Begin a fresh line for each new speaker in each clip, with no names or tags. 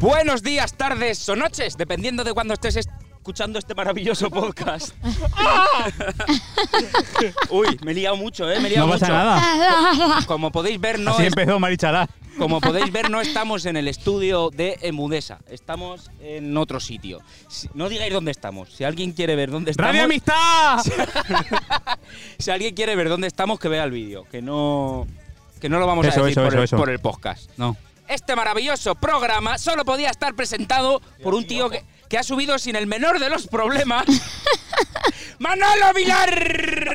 Buenos días, tardes o noches, dependiendo de cuándo estés escuchando este maravilloso podcast.
¡Ah!
Uy, me he liado mucho, ¿eh? Me he liado
No pasa
mucho.
nada.
Como podéis ver, no
Así
es-
empezó Marichalá.
como podéis ver, no estamos en el estudio de Emudesa. Estamos en otro sitio. Si- No digáis dónde estamos. Si alguien quiere ver dónde estamos,
¡Radio Amistad!
si alguien quiere ver dónde estamos, que vea el vídeo. Que no, que no lo vamos
Eso,
a decir
eso,
por,
eso,
el,
eso.
por el podcast.
No.
Este maravilloso programa solo podía estar presentado por un tío que, que ha subido sin el menor de los problemas. ¡Manolo Vilar!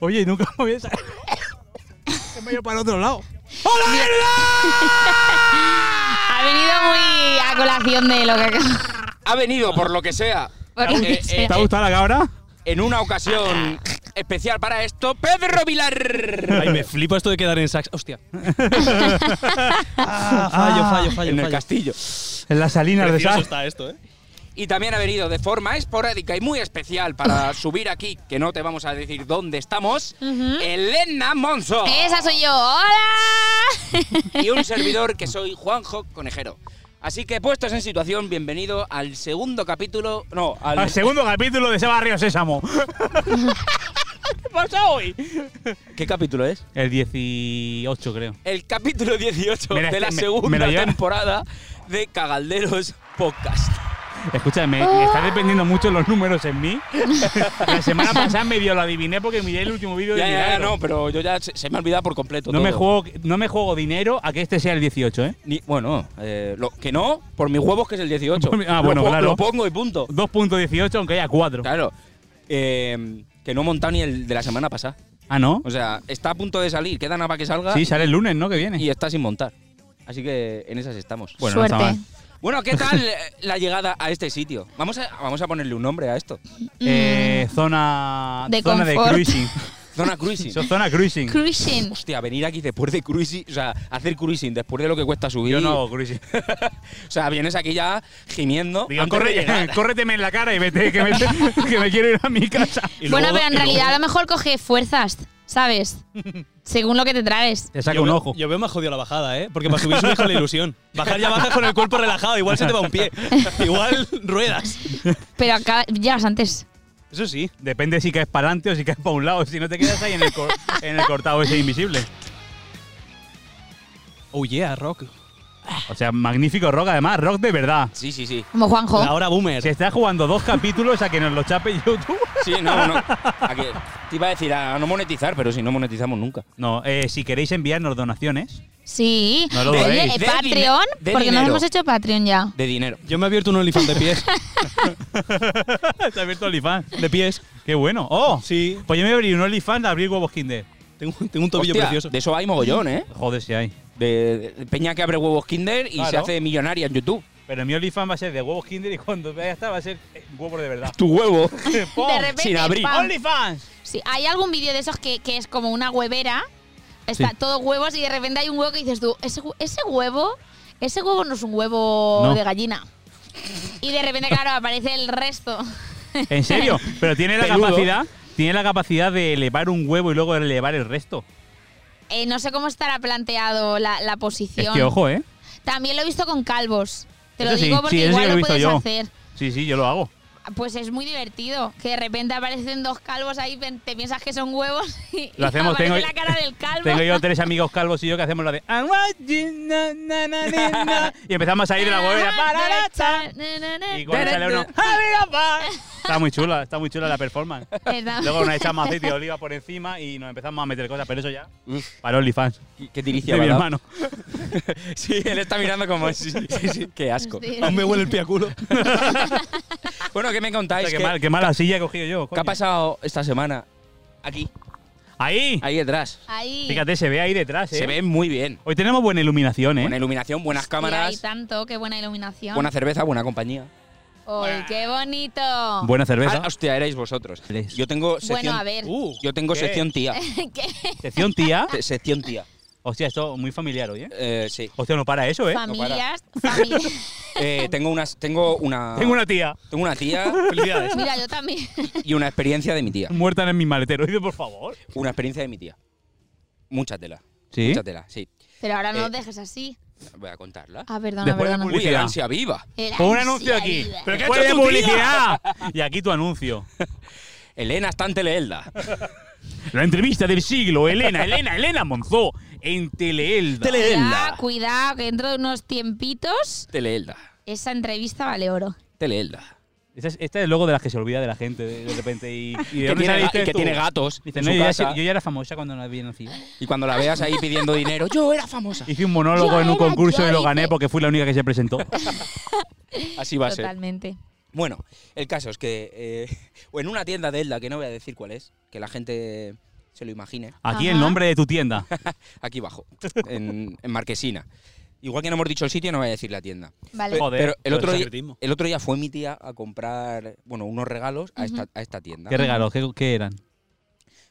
Oye, nunca me voy a sa- me he ido para el otro lado.
Ha venido muy a colación de lo que acaba.
Ha venido, por lo que sea,
Por lo que
Eh, eh,
sea.
¿Te ha gustado la cabra?
en una ocasión especial para esto, Pedro Vilar.
Ay, me flipa esto de quedar en sax. Hostia. Ah, fallo, fallo, fallo.
En el
fallo.
castillo.
En las salinas de
Precioso
Sal.
está esto, ¿eh?
Y también ha venido de forma esporádica y muy especial para subir aquí, que no te vamos a decir dónde estamos, Elena Monzo.
Esa soy yo. ¡Hola!
y un servidor que soy Juanjo Conejero. Así que puestos en situación, bienvenido al segundo capítulo. No, al.
Al segundo capítulo de Seba Río Sésamo.
¿Qué capítulo es?
El 18, creo.
El capítulo 18
Me la-
de la
me-
segunda
me lo lleva-
temporada de Cagalderos Podcast.
Escúchame, me está dependiendo mucho los números en mí. La semana pasada medio lo adiviné porque miré el último vídeo de
Ya, ya, ya,
Milagro.
no, pero yo ya se, se me ha olvidado por completo.
No me,
todo.
juego, no me juego dinero a que este sea el 18, ¿eh?
Ni- bueno, eh, lo, que no, por mis huevos que es el 18.
Por mi- ah,
Lo
bueno,
po-
claro.
Lo pongo y punto.
2.18, aunque haya 4.
Claro. Eh, que no he montado ni el de la semana pasada.
Ah, ¿no?
O sea, está a punto de salir, queda nada para que salga
Sí, sale el lunes, ¿no? Que viene.
y está sin montar. Así que en esas estamos.
Bueno, no está
Suerte.
mal.
Bueno, ¿qué tal eh, la llegada a este sitio? Vamos a, vamos a ponerle un nombre a esto.
Eh, zona
Mm. De
zona
confort.
de cruising.
Zona cruising.
Eso, zona cruising.
Cruising.
Hostia, venir aquí después de cruising, o sea, hacer cruising después de lo que cuesta subir.
Yo no hago cruising.
O sea, vienes aquí ya gimiendo.
Digo,
antes de
corre-
llegar.
córreteme en la cara y vete, que me, que me quiero ir a mi casa.
Bueno, pero en realidad a lo mejor coge fuerzas, ¿sabes? Según lo que te traes.
Te saca
Yo
un
veo-
ojo.
Yo veo más jodido la bajada, ¿eh? Porque para subir subes con la ilusión. Bajar ya bajas con el cuerpo relajado. Igual se te va un pie. Igual ruedas.
Pero acá llegas antes.
Eso sí.
Depende si caes para adelante o si caes para un lado. Si no te quedas ahí en el, cor- en el cortado ese invisible.
Oh yeah, rock.
O sea, magnífico rock, además, rock de verdad.
Sí, sí, sí.
Como Juanjo.
La hora boomer.
Se está jugando dos capítulos a que nos lo chape YouTube.
Sí, no, no. Aquí- te iba a decir a no monetizar, pero si no monetizamos nunca.
No, eh, si queréis enviarnos donaciones.
Sí.
No lo
Oye,
dudéis.
eh,
De
Patreon,
dine- de
porque nos
dinero.
hemos hecho Patreon ya.
De dinero.
Yo me he abierto un olifán de pies.
Se ha abierto OnlyFans.
De pies.
Qué bueno. ¡Oh!
Sí.
Pues yo me voy a abrir un OnlyFans de abrir huevos Kinder.
Tengo, tengo un tobillo
Hostia,
precioso.
De eso hay mogollón, ¿eh?
Joder, si hay.
De, de peña que abre huevos Kinder y se
Claro.
hace millonaria en YouTube.
Pero mi OnlyFans va a ser de huevos Kinder y cuando vaya a estar va a ser eh, huevo de verdad.
Tu huevo.
¡Pum!
De repente,
sin abrir.
pam.
OnlyFans.
Sí, hay algún vídeo de esos que, que es como una huevera, está
Sí.
todo huevos y de repente hay un huevo que dices tú, ese, hu- ese huevo, ese huevo no es un huevo
No.
de gallina. Y de repente, claro, aparece el resto.
En serio, pero tiene la
Peludo.
capacidad, tiene la capacidad de elevar un huevo y luego elevar el resto.
Eh, no sé cómo estará planteado la, la posición.
Es que ojo, ¿eh?
También lo he visto con calvos. Te lo
Eso sí,
digo
sí,
porque
eso sí
igual
lo he
lo,
visto
puedes
yo.
hacer.
Sí, sí, yo lo hago.
Pues es muy divertido, que de repente aparecen dos calvos ahí, pen- te piensas que son huevos y,
Lo hacemos,
aparece
tengo,
la cara del calvo.
tengo yo tres amigos calvos y yo que hacemos la de "I want you, na, na, na, na, na", y empezamos a ir de
Ah,
la huevera. Y cuando sale uno, "Hurry up, boy". Está muy chula, está muy chula la performance.
Está-
Luego nos echamos aceite de oliva por encima y nos empezamos a meter cosas, pero eso ya para OnlyFans
Qué
de
diricia,
mi
¿verdad?
hermano.
Sí, él está mirando como. Sí, sí, sí. Qué asco.
Sí.
Aún me huele el pie a culo.
Bueno, ¿qué me contáis?
Qué,
¿Qué-
mal- qué mala silla he cogido yo.
¿Qué
coño.
ha pasado esta semana? Aquí,
Ahí,
ahí detrás.
Ahí.
fíjate, se ve ahí detrás. ¿eh?
Se ve muy bien.
Hoy tenemos buena iluminación, ¿eh?
Buena iluminación, buenas
Y hay
cámaras,
tanto, qué buena iluminación.
buena cerveza, buena compañía.
¡Ay, qué bonito!
Buena cerveza.
Ah, hostia, erais vosotros.
Les.
Yo tengo sección,
Bueno, a ver.
Uh,
Yo tengo
¿Qué?
sección tía. ah.
¿Qué?
Sección tía.
Se- Sección tía.
Hostia, esto muy familiar hoy, ¿eh?
Eh, sí.
Hostia, no para eso, ¿eh?
Ah.
Familias. familias.
Eh, tengo, unas, tengo una.
Tengo una tía
tengo una tía
felicidades.
Mira, yo también.
y una experiencia de mi tía.
muerta en mi maletero. Dice, por favor.
Una experiencia de mi tía. Mucha tela.
¿Sí?
Mucha tela, sí.
Pero ahora no
Eh,
nos dejes así.
Voy a contarla.
Ah, perdona,
después de
perdona.
publi-
Uy, el
publicidad.
ansia viva.
El
Pon un
ansia
anuncio aquí.
viva.
¿Pero qué ha
Después
hecho
de
tu tía?
publicidad! Y aquí tu anuncio.
Elena está ante Leelda.
La entrevista del siglo, Elena, Elena, Elena Monzó, en Teleelda.
Cuidado,
Teleelda.
cuidado, que dentro de unos tiempitos
Teleelda.
esa entrevista vale oro.
Teleelda.
Esta es, esta es luego de las que se olvida de la gente de, de repente. Y, y de
Que
dónde
tiene, ga-
saliste
y que
tú?
tiene gatos
Dice,
en
no,
su
yo ya,
casa.
se- yo ya era famosa cuando no había nacido.
Y cuando la veas ahí pidiendo dinero, yo era famosa.
Hice un monólogo
Yo
en un
era,
concurso
yo
y lo
hice.
gané porque fui la única que se presentó.
Así va a ser.
Totalmente.
Bueno, el caso es que eh, o en una tienda de Elda, que no voy a decir cuál es, que la gente se lo imagine,
Aquí el
Ajá.
nombre de tu tienda.
aquí abajo, en, en Marquesina. Igual que no hemos dicho el sitio, no voy a decir la tienda.
Vale.
Pe-
Joder,
Pero el
lo
otro,
del
día,
secretismo.
el otro día fue mi tía a comprar, bueno, unos regalos a esta, a esta tienda.
¿Qué regalos? ¿Qué, qué eran?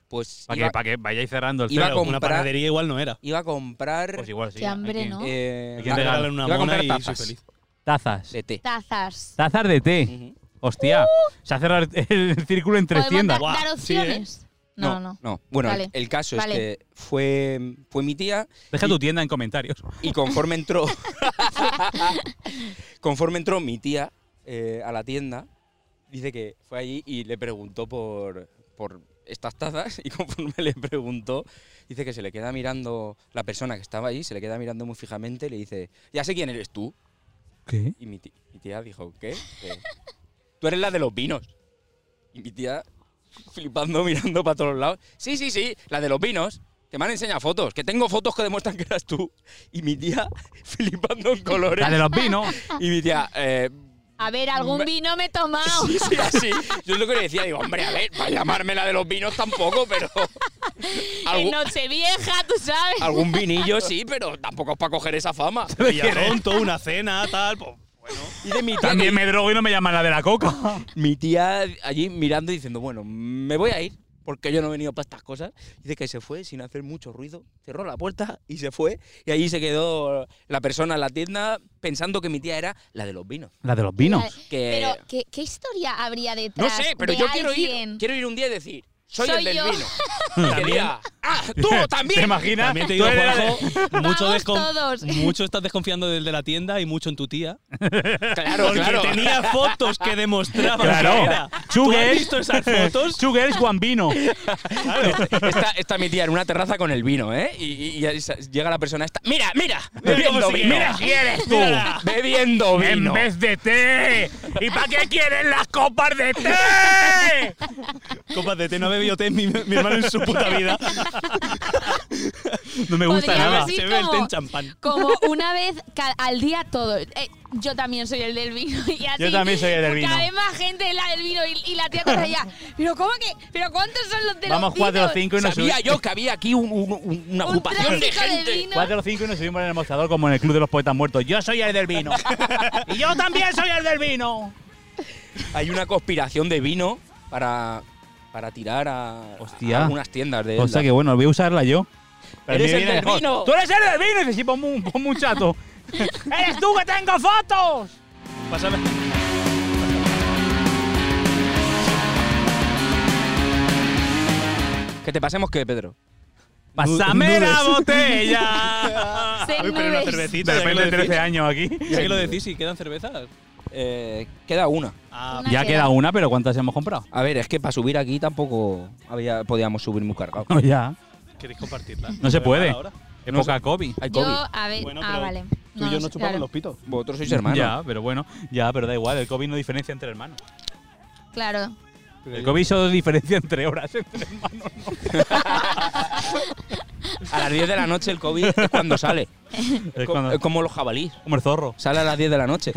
Pues
Para
iba,
que, pa' que vayáis cerrando el
Iba
cero.
con-
Una
comprar-
panadería igual no era.
iba a comprar...
Pues igual, sí.
Qué hambre,
aquí.
¿no?
eh,
Hay que
ah,
regalar
regalan una
iba a
mona
comprar
y soy
tazas
feliz.
Tazas.
de té.
Tazas.
Tazas de té.
Ujú.
Hostia. Se ha cerrado el, el círculo en tres
Uh. ¿Podemos
tiendas.
dar- dar
Buah, sí,
opciones? No, no.
Bueno,
Vale,
el, el caso
vale.
es que fue, fue mi tía
Deja tu tienda en comentarios.
Y conforme entró. conforme entró mi tía eh, a la tienda, dice que fue allí y le preguntó por, por estas tazas. Y conforme le preguntó, dice que se le queda mirando la persona que estaba allí, se le queda mirando muy fijamente y le dice: Ya sé quién eres tú.
¿Qué?
Y mi ti- mi tía, dijo: ¿Qué? Eh, Tú eres la de los vinos. Y mi tía, flipando, mirando para todos lados: Sí, sí, sí, la de los vinos. Que me han enseñado fotos, que tengo fotos que demuestran que eras tú. Y mi tía, flipando en colores.
La de los vinos.
Y mi tía, eh,
A ver, algún
Me-
vino me he tomado.
sí, sí, así. Yo es lo que le decía, digo, hombre, a ver, para llamarme la de los vinos tampoco, pero.
En
Algún,
Nochevieja, tú sabes.
algún vinillo sí, pero tampoco es para coger esa fama.
Villarón, toda una cena, tal. Pues, bueno.
Y de mi tía,
También me drogo y no me llaman la de la coca.
mi tía allí mirando y diciendo, bueno, me voy a ir, porque yo no he venido para estas cosas. Dice que se fue sin hacer mucho ruido, cerró la puerta y se fue. Y allí se quedó la persona en la tienda pensando que mi tía era la de los vinos.
La de los vinos.
Que,
Pero, ¿qué, qué historia habría detrás?
no sé, pero
de
yo quiero ir,
alguien?
quiero ir un día y decir, soy,
Soy
el del
yo.
vino. Y que diga, ah, tú
¿Te
también.
imaginas?
También te
Tú
digo,
eres la de-
Juanjo, mucho,
Vamos
descon-
todos.
mucho estás desconfiando del de la tienda y mucho en tu tía.
Claro,
Porque
claro.
tenía fotos que demostraban que
Claro.
era. ¿Tú has
Chugers.
visto esas fotos?
Chugers, Juan Vino.
Está, está mi tía en una terraza con el vino, ¿eh? Y, y- y ahí sa- llega la persona esta. Mira, mira,
cómo
bebiendo
sigue.
vino.
Mira
quién eres tú.
Bebiendo
En
vino.
vez de té. ¿Y para qué quieren las copas de té?
Copas de té, no ha bebido té mi, mi hermano en su puta vida.
No me gusta
Podríamos
nada.
ir
Se ve el té
como-
en champán.
Como una vez ca- al día todo. Eh, yo también soy el del vino. Y así,
Yo también soy el del vino.
Cada vez más gente es la del vino y, y la tía contra allá. Pero ¿cómo que? ¿Pero cuántos son los del
Vamos cuatro o cinco y nos
Sabía
subimos.
yo que había aquí un- un- un- una
Un
ocupación de
tráfico de
gente.
vino.
Cuatro o cinco y nos subimos en el mostrador como en el Club de los Poetas Muertos. Yo soy el del vino. y yo también soy el del vino.
Hay una conspiración de vino para, para tirar a,
Hostia.
a algunas tiendas de.
Hostia,
Elda.
que bueno, voy a usarla yo.
Eres
a mí me
el
viene
del
mejor.
vino.
¡Tú eres el del vino! Y dices, sí, ponme un, ponme un chato. ¡Eres tú que tengo fotos!
Pásame.
Que te pasemos que, Pedro.
¡Pásame la
Nudes.
botella!
Se
Uy, pero Ah, una
nubes.
cervecita.
De
ya que lo
repente
decís.
13 años aquí.
Ya que lo decís, ¿y quedan cervezas?
Eh, queda una.
Ah,
Una
Ya
queda.
queda una, pero ¿cuántas hemos comprado?
A ver, es que para subir aquí tampoco había, podíamos subir muy cargado.
No, ya.
¿queréis compartirla?
No se puede.
Ahora.
Época COVID.
Hay
Yo,
COVID.
a ver.
Bueno,
ah,
pero
vale.
Tú y yo no chupamos
claro,
los pitos.
Vosotros sois hermanos.
Ya, pero bueno. Ya, pero da igual. El COVID no diferencia entre hermanos.
Claro.
El COVID solo diferencia entre horas.
A las 10 de la noche el COVID es cuando sale.
Es
Eh, Co-
cuando-
es como los jabalíes.
como el zorro.
Sale a las 10 de la noche.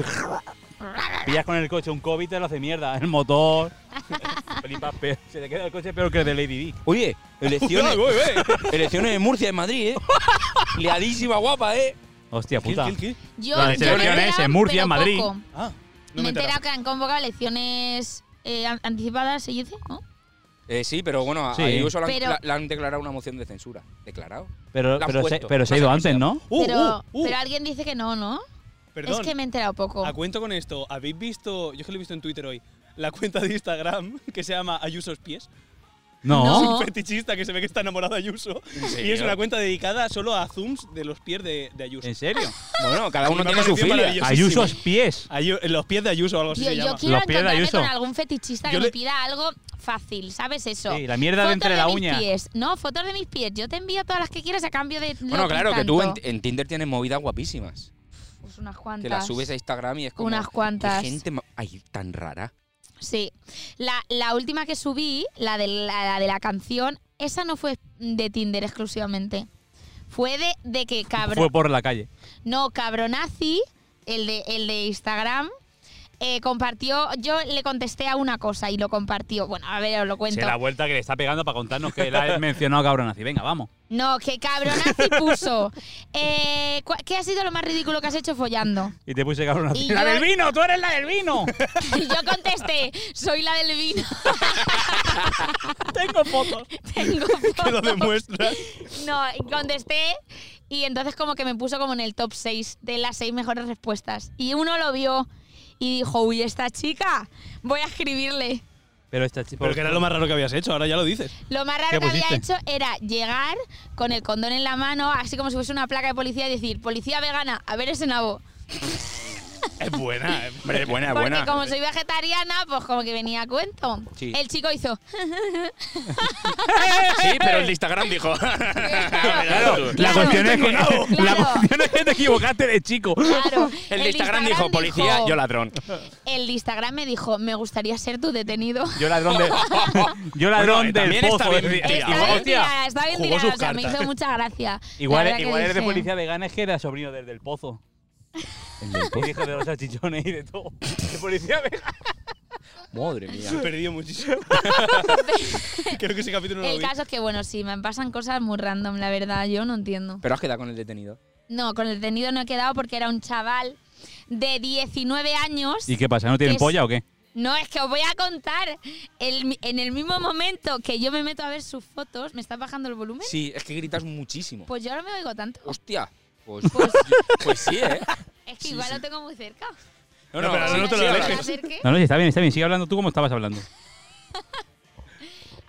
Pillas con el coche un COVID te lo hace mierda. El motor. Flipas, pe- se te queda el coche peor que el de Lady Di.
Oye, elecciones.
Uy, uy,
elecciones en Murcia, en Madrid, ¿eh? Liadísima, guapa, ¿eh?
Hostia puta.
Kill, kill, kill.
Yo,
Las
yo me he
elecciones
enterado,
en Murcia,
pero
Madrid.
poco.
Ah, no
me he
me
enterado
enteras.
que han convocado elecciones eh, an- anticipadas, se dice, ¿no?
Eh, sí, pero bueno, a-
Sí.
a Ayuso la, han-
Pero-
la- la han declarado una moción de censura. ¿Declarado?
Pero,
La han
pero, se,
puesto.
pero se ha ido
No sé
antes,
cómo
¿no?
Uh,
pero,
uh, uh,
pero alguien dice que no, ¿no?
Perdón.
Es que me he enterado poco.
A cuento con esto, ¿habéis visto? Yo es que lo he visto en Twitter hoy. La cuenta de Instagram que se llama Ayusos Pies.
No.
Es un fetichista que se ve que está enamorado de Ayuso. Y
serio?
es una cuenta dedicada solo a zooms de los pies de, de Ayuso.
¿En serio?
Bueno, cada uno
Me
tiene su
pareció
filia.
maravilloso.
Ayusos pies.
Ayu- los pies de Ayuso o algo así
Tío,
se
yo
llama.
quiero
Los pies de
encontrarme
Ayuso.
con algún fetichista que
Yo
me
le-
pida algo fácil, ¿sabes eso?
Sí, la mierda de
Fotos
entre la
mis
uña.
pies. No, fotos de mis pies. Yo te envío todas las que quieras a cambio de. lo
Ah, Bueno, claro, que tú en,
tanto.
en Tinder tienes movidas guapísimas.
Pues unas
Que
cuantas.
las subes a Instagram y es como.
Unas
"Qué
cuantas.
gente ma- ay, tan rara.
Sí. La, la última que subí, la de la, la de la canción, esa no fue de Tinder exclusivamente. Fue de, de que cabrón.
Fue por la calle.
No, cabronazi, el de, el de Instagram. eh, compartió, yo le contesté a una cosa y lo compartió. Bueno, a ver, os lo cuento.
Se la vuelta que le está pegando para contarnos que la he mencionado cabrón así. Venga, vamos.
No, que cabronazi puso. Eh, cua- ¿Qué ha sido lo más ridículo que has hecho follando?
Y te puse cabrón así.
Y yo-
vino! ¡Tú eres la del vino!
Y yo contesté, soy la del vino.
Tengo fotos.
Tengo
que lo demuestras.
No, y contesté y entonces como que me puso como en el top 6 de las 6 mejores respuestas. Y uno lo vio y dijo, uy, esta chica, voy a escribirle.
Pero esta chica.
Pero que era lo más raro que habías hecho, ahora ya lo dices.
Lo más
¿Qué
raro que había
pusiste?
hecho era llegar con el condón en la mano, así como si fuese una placa de policía, y decir, policía vegana, a ver ese nabo.
Es buena, eh.
Hombre, buena,
Porque
buena.
como soy vegetariana, pues como que venía a cuento.
Sí.
El chico hizo,
Sí, pero el de Instagram dijo.
Claro, la
Claro.
cuestión es que.
Claro.
La cuestión es que te equivocaste de chico.
claro.
El de Instagram dijo, policía, yo ladrón.
El de Instagram me dijo, me gustaría ser tu detenido.
Yo ladrón de. Yo ladrón
Bueno, eh,
del
también está
pozo.
bien
decía.
tirado.
Está bien
Hostia.
tirada, está bien
jugó
tirada,
sus
o sea, me
cartas.
hizo mucha gracia. La
Igual, e-
verdad que
igual eres de
dije,
policía vegana es que era sobrino del del pozo. El hijo de los salchichones y de todo. De policía vegana.
Madre
Me
mía.
he perdido muchísimo. Creo que ese capítulo no lo
El
vi.
caso es que, bueno, sí, me pasan cosas muy random, la verdad, yo no entiendo.
Pero has quedado con el detenido.
No, con el detenido no he quedado porque era un chaval de 19 años.
qué pasa? ¿No
tienen Es- ¿Eh? polla
o qué?
No, es que os voy a contar. El mi- en el mismo momento que yo me meto a ver sus fotos, ¿me está bajando el volumen?
Sí, es que gritas muchísimo.
Pues yo no me oigo tanto.
Hostia. Pues,
Pues-
pues sí, ¿eh?
Es que
Sí,
igual
sí.
lo tengo muy cerca.
No, pero
sí,
no te lo
sí,
me
alejes.
acerque.
No, no, sí, está bien, está bien. Sigue hablando tú como estabas hablando.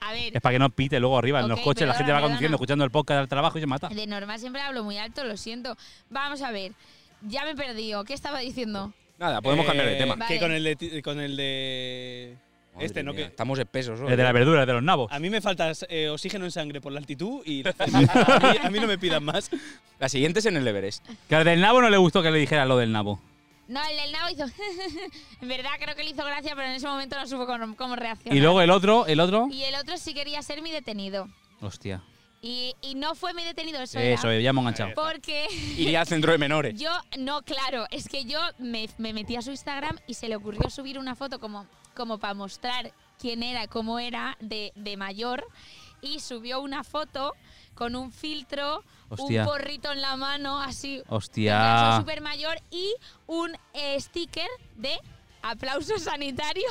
A ver,
Es para que no pite luego arriba en los
Ok,
coches. la gente
perdona,
va conduciendo,
perdona.
escuchando el podcast del trabajo y se mata.
de normal siempre hablo muy alto, lo siento. Vamos a ver. Ya me he perdido. ¿Qué estaba diciendo?
Nada, podemos cambiar de
Eh,
tema.
va-
Que
Vale.
con el de. ti- Con el de
Madre
este, ¿no?
mía,
Que
Estamos espesos. ¿eh? ¿no?
El de la verdura, el de los nabos.
a mí me falta eh, oxígeno en sangre por la altitud y. a, mí, a mí no me pidan más.
La siguiente es en el Everest.
Que al del nabo no le gustó que le dijera lo del nabo.
No, el del nabo hizo. en verdad creo que le hizo gracia, pero en ese momento no supo cómo, cómo reaccionar.
Y luego el otro, el otro.
Y el otro sí quería ser mi detenido.
Hostia.
Y, y no fue mi detenido, eso, era.
Eso, eh, ya hemos enganchado.
Porque
Iría al centro de menores.
yo, no, claro, es que yo me, me metí a su Instagram y se le ocurrió subir una foto como, como para mostrar quién era, cómo era de, de mayor. Y subió una foto con un filtro,
Hostia.
un porrito en la mano, así.
Hostia.
Super mayor y un eh, sticker de aplauso sanitario.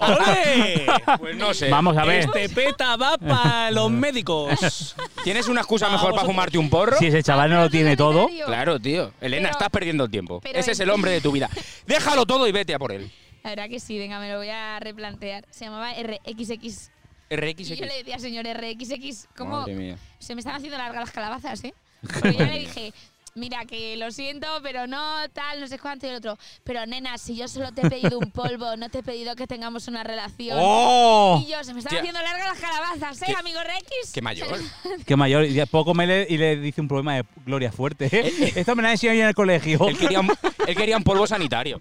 ¡Ole!
Pues no sé.
Vamos a ver.
Este peta va para los médicos.
¿Tienes una excusa
Ah,
mejor para
vosotros.
fumarte un porro?
Si ese chaval no lo
Aplauso
tiene todo.
sanitario.
Claro, tío. Elena,
Pero-
estás perdiendo el tiempo.
pero
Ese es el
en-
hombre de tu vida. Déjalo todo y vete a por él.
La verdad que sí, venga, me lo voy a replantear. Se llamaba RXX. Y
RXX.
yo le decía, señor RXX, ¿cómo?
Madre mía.
Se me están haciendo largas las calabazas, ¿eh? Pero yo le dije, mira, que lo siento, pero no, tal, no sé cuánto. Y el otro, pero nena, si yo solo te he pedido un polvo, no te he pedido que tengamos una relación.
¡Oh!
Y yo, se me están
Tía.
haciendo largas las calabazas, ¿eh,
Qué-
amigo RX?
Qué mayor.
Qué mayor. Y de poco me le, y le dice un problema de gloria fuerte. ¿eh? Esto me lo han enseñado yo en el colegio.
Él quería, un- él quería un polvo sanitario.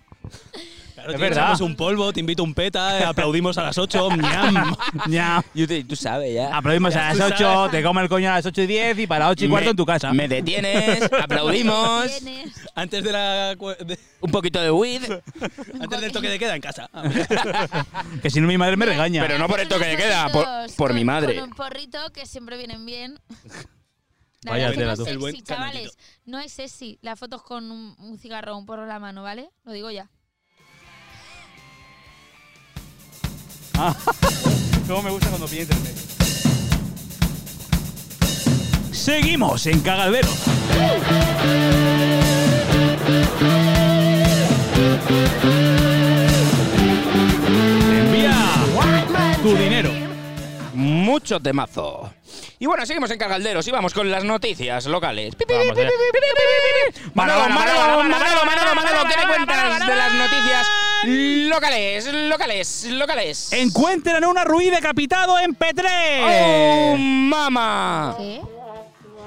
Claro,
Es
tío,
verdad.
echamos un polvo, te invito un peta, eh, aplaudimos a las mm, 8, ñam.
Ya.
tú sabes ya.
Aplaudimos a
Ya
las
tú
8,
sabes.
te come el coño a las 8 y 10 y para las 8 y cuarto en tu casa.
Me detienes, aplaudimos,
Tienes-
Antes de la cua- de-
un poquito de weed,
antes del toque de queda en casa.
Que si no, mi madre me regaña.
Pero no por el toque de
Unos
queda, por-
porritos
por
con-
mi madre.
Con un porrito que siempre vienen bien. La
Vaya
verdad que
tela
no es
tú.
El buen
sexy, chavales.
canallito.
No es sexy. Las fotos con un, un cigarro o un porro en la mano, ¿vale? Lo digo ya.
Cómo me gusta cuando pide internet. Seguimos en Cagalvero. Envía tu dinero
mucho temazo. Y bueno, seguimos en Cagalderos y vamos con las noticias locales. Pi, pi,
Vamos allá.
Manolo,
Manolo,
Manolo,
Manolo,
Manolo, Manolo,
Manolo,
Manolo, ¿qué me
Manolo,
cuentas
Manolo,
de las noticias locales, locales, locales?
Encuentran a una Rui decapitado en
¡Oh,
P3.
mamá!
¿Qué?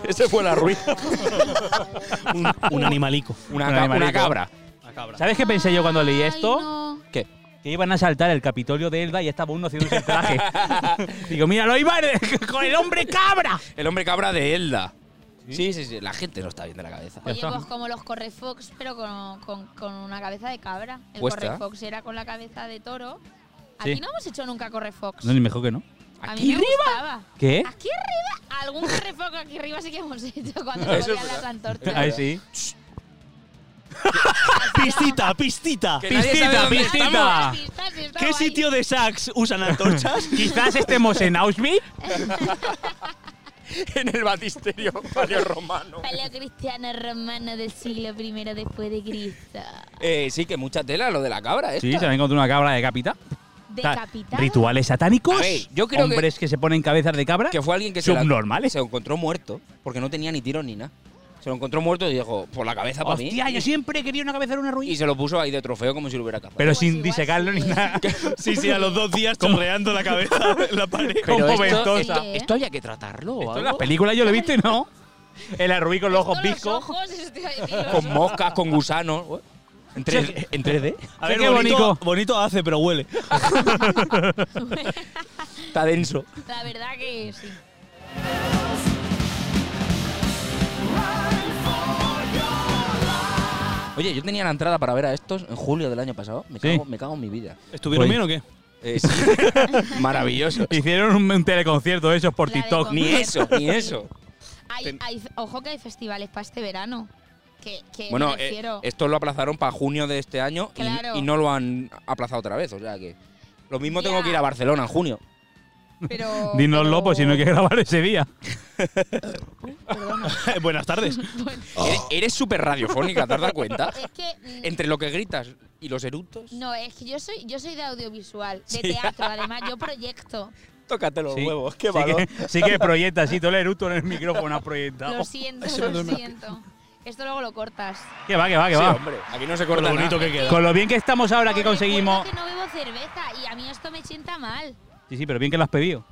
Ese fue la ruina.
Un, un animalico.
Una,
Un
ca-
animalico.
una cabra.
Una cabra.
¿Sabes qué pensé yo cuando leí
Ay,
esto?
no.
¿Qué?
Que iban a saltar el Capitolio de Elda y estaba uno haciendo un traje. Digo, mira, lo iban con el hombre cabra.
El hombre cabra de Elda. Sí, sí, sí. La gente no está bien de la cabeza.
Ya
Oye,
está.
pues como los correfox, pero con, con- con una cabeza de cabra. El
Puesta.
correfox era con la cabeza de toro.
Sí.
Aquí no hemos hecho nunca correfox.
No, ni mejor que no.
A
¿Aquí ¿Eh?
mí me gustaba.
¿Qué?
Aquí arriba, algún correfox aquí arriba sí que hemos hecho cuando
Eso es
se ponían
verdad.
las antorchas.
Ahí sí.
Pistita, pistita.
Que nadie sabe dónde
Pistita,
estamos.
Ah.
Sí, está- sí, está
¿Qué
guay.
sitio de sax usan antorchas?
Quizás estemos en Auschwitz.
En el batisterio romano.
Palo cristiano romano del siglo I después de Cristo.
Eh, sí, que mucha tela lo de la cabra, esta.
Sí, se va a encontrar una cabra decapitada.
Decapitado.
Rituales satánicos.
A ver, yo creo que-
hombres que... se ponen cabezas de cabra.
Que fue alguien que se, la-
subnormales.
se lo encontró muerto, porque no tenía ni tiro ni nada. Se lo encontró muerto y dijo, por la cabeza para mí.
Hostia, yo siempre quería una cabeza de una
Y
ruina.
se lo puso ahí de trofeo como si lo hubiera cazado.
Pero
Pues
sin
igual
disecarlo
sí
ni
que-
nada.
Sí, sí, a los dos días chorreando la cabeza en la pared.
Pero
esto-
ventosa.
esto,
Sí, ¿eh?
esto había que tratarlo. o
Esto en
algo.
las películas yo lo he visto y no. El arruí con los ojos
Todos los
bizcos.
ojos, eso te iba a decir, los
Con moscas, con gusanos. ¿eh? En 3D. En 3D.
A
Sí,
ver,
qué
bonito,
bonito.
bonito hace, pero huele.
Está denso.
ojos. La verdad que sí.
Oye, yo tenía la entrada para ver a estos en julio del año pasado. Me
Sí.
cago, me cago en mi vida.
¿Estuvieron
Voy.
bien o qué?
Eh, sí. Maravilloso.
Hicieron un, un teleconcierto de esos por
La de
TikTok.
con-
Ni eso, ni eso.
Hay- hay- ojo que hay festivales para este verano. Que, que
Bueno,
me
eh,
refiero.
esto lo aplazaron para junio de este año y-
Claro.
y, no lo han aplazado otra vez. O sea que lo mismo
Ya.
tengo que ir a Barcelona en junio.
pero,
Dínoslo, pues si no hay que grabar ese día.
Buenas tardes.
Eres- Eres súper radiofónica, ¿te has dado cuenta?
Es que. mm,
Entre lo que gritas y los eructos,
No, es que yo soy, yo soy de audiovisual, de
Sí.
teatro, además, yo proyecto.
tócate los
Sí.
huevos, qué
sí,
valor.
que, sí que proyecta, sí, todo el eructo en el micrófono ha proyectado.
Lo siento, lo siento. Esto luego lo cortas.
Que va, que va, que
Sí,
va.
hombre, aquí no se
Con
corta
lo bonito
nada.
que queda.
Con lo bien que estamos ahora que
Os recuerdo
conseguimos.
que no bebo cerveza y a mí esto me sienta mal.
Sí, sí, pero bien que lo has pedido.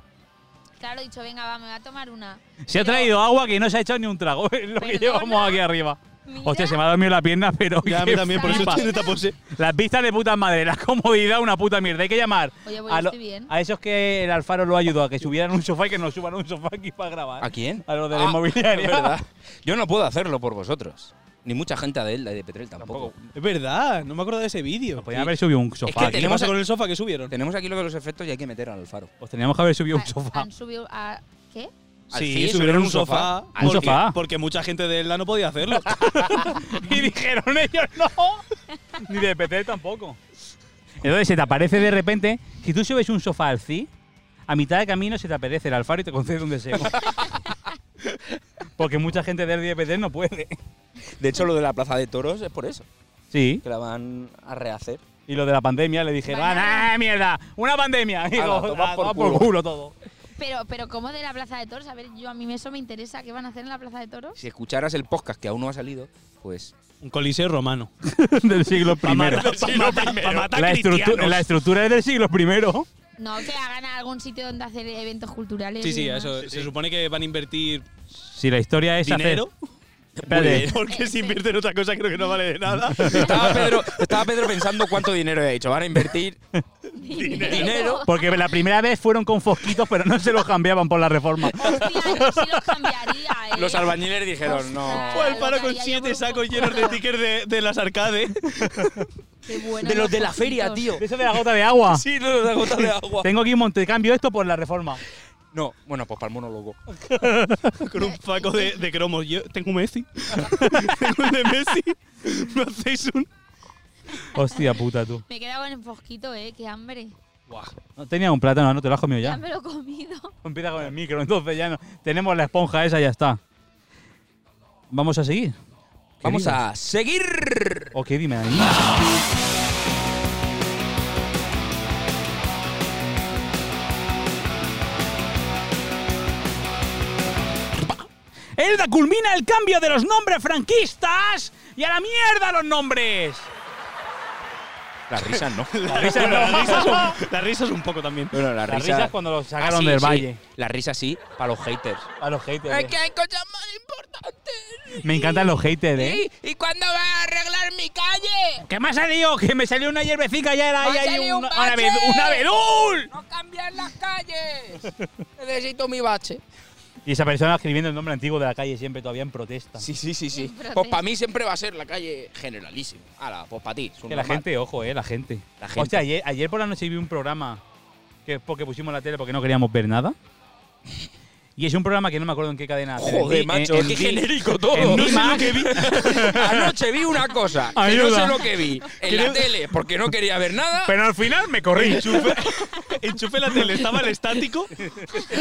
Claro, he dicho, venga, va, me voy a tomar una.
Se ha
Pero-
traído agua que no se ha echado ni un trago. Es lo que
Perdona.
llevamos aquí arriba.
Mira.
Hostia, se me ha dormido la pierna, pero.
Ya, a mí
qué
también, por eso
flipa.
flipas.
tiene tapose.
Las vistas de puta madre, la comodidad, una puta mierda. Hay que llamar
Oye, voy,
a, lo-
estoy bien.
a esos que el Alfaro lo ayudó a que subieran un sofá y que nos suban un sofá aquí para grabar.
¿A quién?
A los de la
Ah,
inmobiliaria.
es verdad. Yo no puedo hacerlo por vosotros. Ni mucha gente de él, de Petrel tampoco.
Es verdad, no me acuerdo de ese vídeo.
Podrían haber subido un
Es
sofá.
que
aquí.
¿Qué
tenemos
pasa
a-
con el sofá que subieron?
Tenemos aquí lo de los efectos y hay que meter al faro.
Os Pues teníamos que haber subido un
Ha-
sofá.
Han subido a. ¿Qué?
Sí, subieron un sofá.
¿Un
porque-
sofá?
Porque mucha gente de Elda no podía hacerlo.
y dijeron ellos no. Ni de PT tampoco. Entonces se te aparece de repente. Si tú subes un sofá al CI, a mitad de camino se te aparece el Alfaro y te concede un deseo. Porque mucha gente del DPT no puede.
De hecho, lo de la plaza de toros es por eso.
Sí.
Que la van a rehacer.
Y lo de la pandemia le dijeron,
Vaya.
¡ah, mierda! ¡Una pandemia! Y
Ala,
digo,
toma
"Ah,
por
toma por
culo".
culo todo.
Pero, pero ¿cómo de la Plaza de Toros? A ver, yo a mí eso me interesa. ¿Qué van a hacer en la Plaza de Toros?
Si escucharas el podcast que aún no ha salido, pues.
Un coliseo romano.
del siglo primero. La, estructu- la estructura es del siglo primero.
No, que hagan a algún sitio donde hacer eventos culturales.
Sí,
y
sí,
demás.
eso. Se supone que van a invertir
Si la historia es hacer-
dinero.
Espérate.
Porque si invierten otra cosa creo que no vale de nada.
Estaba Pedro, estaba Pedro pensando cuánto dinero he hecho. Van a invertir. Dinero.
Porque la primera vez fueron con fosquitos, pero no se los cambiaban por la reforma.
Hostia, yo sí los cambiaría, ¿eh?
Los albañiles dijeron, no.
Fue el paro con
Lotería, yo
siete
por
sacos
poco.
llenos de tickets de, de las arcades.
Qué bueno,
De los de la
foquitos.
feria, tío.
Eso de la gota de agua.
Sí, no, la gota de agua.
Tengo aquí un monte, cambio esto por la reforma.
No, bueno, pues para el monólogo.
Con un paco de, de cromos. Yo tengo un Messi. tengo un de Messi. Me hacéis un.
Hostia puta, tú.
Me he quedado en el fosquito, ¿eh? Qué hambre.
No tenía un plátano, no te lo has comido
Ya,
ya.
me lo he comido.
Empieza con el micro, entonces ya no. Tenemos la esponja esa, ya está. Vamos a seguir.
Vamos
Queridos.
a seguir.
Ok, dime ahí. Elda culmina el cambio de los nombres franquistas y a la mierda los nombres.
Las risas no.
La risa, la risa es un, la risa es un poco también.
Bueno, las
Las
risas.
risas cuando los sacaron
Ah, sí,
del
sí.
valle.
Las risas sí, para los haters.
A los haters. eh.
hay cosas más importantes.
Me encantan los haters, ¿eh?
¿Y, y cuándo vas a arreglar mi calle?
¿Qué me ha salido? Que me salió una hierbecica ya era
Me ha
ahí, ahí
salido un
una- una
bache.
abed- una abedul.
¡No cambiar las calles! Necesito mi bache.
Y esa persona escribiendo el nombre antiguo de la calle siempre todavía en protesta.
Sí, sí, sí, sí.
Protesta.
Pues para mí siempre va a ser la calle generalísima. Ala, pues para ti.
Que la gente, ojo, eh, la gente.
La gente.
Hostia, ayer, ayer por la noche vi un programa que es porque pusimos la tele porque no queríamos ver nada. Y es un programa que no me acuerdo en qué cadena. hacer. En
Joder,
Vi-
macho,
en- en
qué
Vi-
genérico todo.
en Vi Max.
Anoche vi una cosa, que no
Ayuda.
sé lo que vi, en la tele, porque no quería ver nada.
Pero al final me corrí.
Enchufé, enchufé la tele, estaba el estático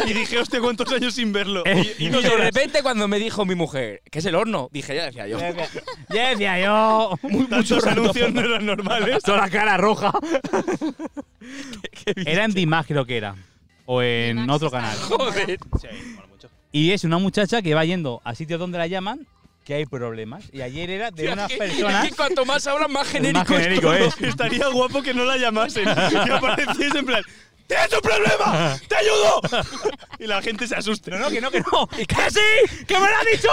y dije, hostia, cuántos años sin verlo.
Eh,
Y, y
Y
dos
de
horas.
repente cuando me dijo mi mujer, que es el horno, dije, ya decía yo.
ya decía yo.
Tantos anuncios no eran normales.
Toda la cara roja. era en Dimash, creo que era. O en
Dimash
otro
está
canal.
bien.
Joder.
Y es una muchacha que va yendo a sitios donde la llaman que hay problemas. Y ayer era de unas
Es que-
personas.
es que cuanto más hablan, más genérico.
más genérico eh. es.
Estaría guapo que no la llamasen. Que apareciese en plan, ¡Tienes un problema! ¡Te ayudo! Y la gente se asuste. "Eh,
No, que no, que no. ¡Que sí! ¡Que me lo ha dicho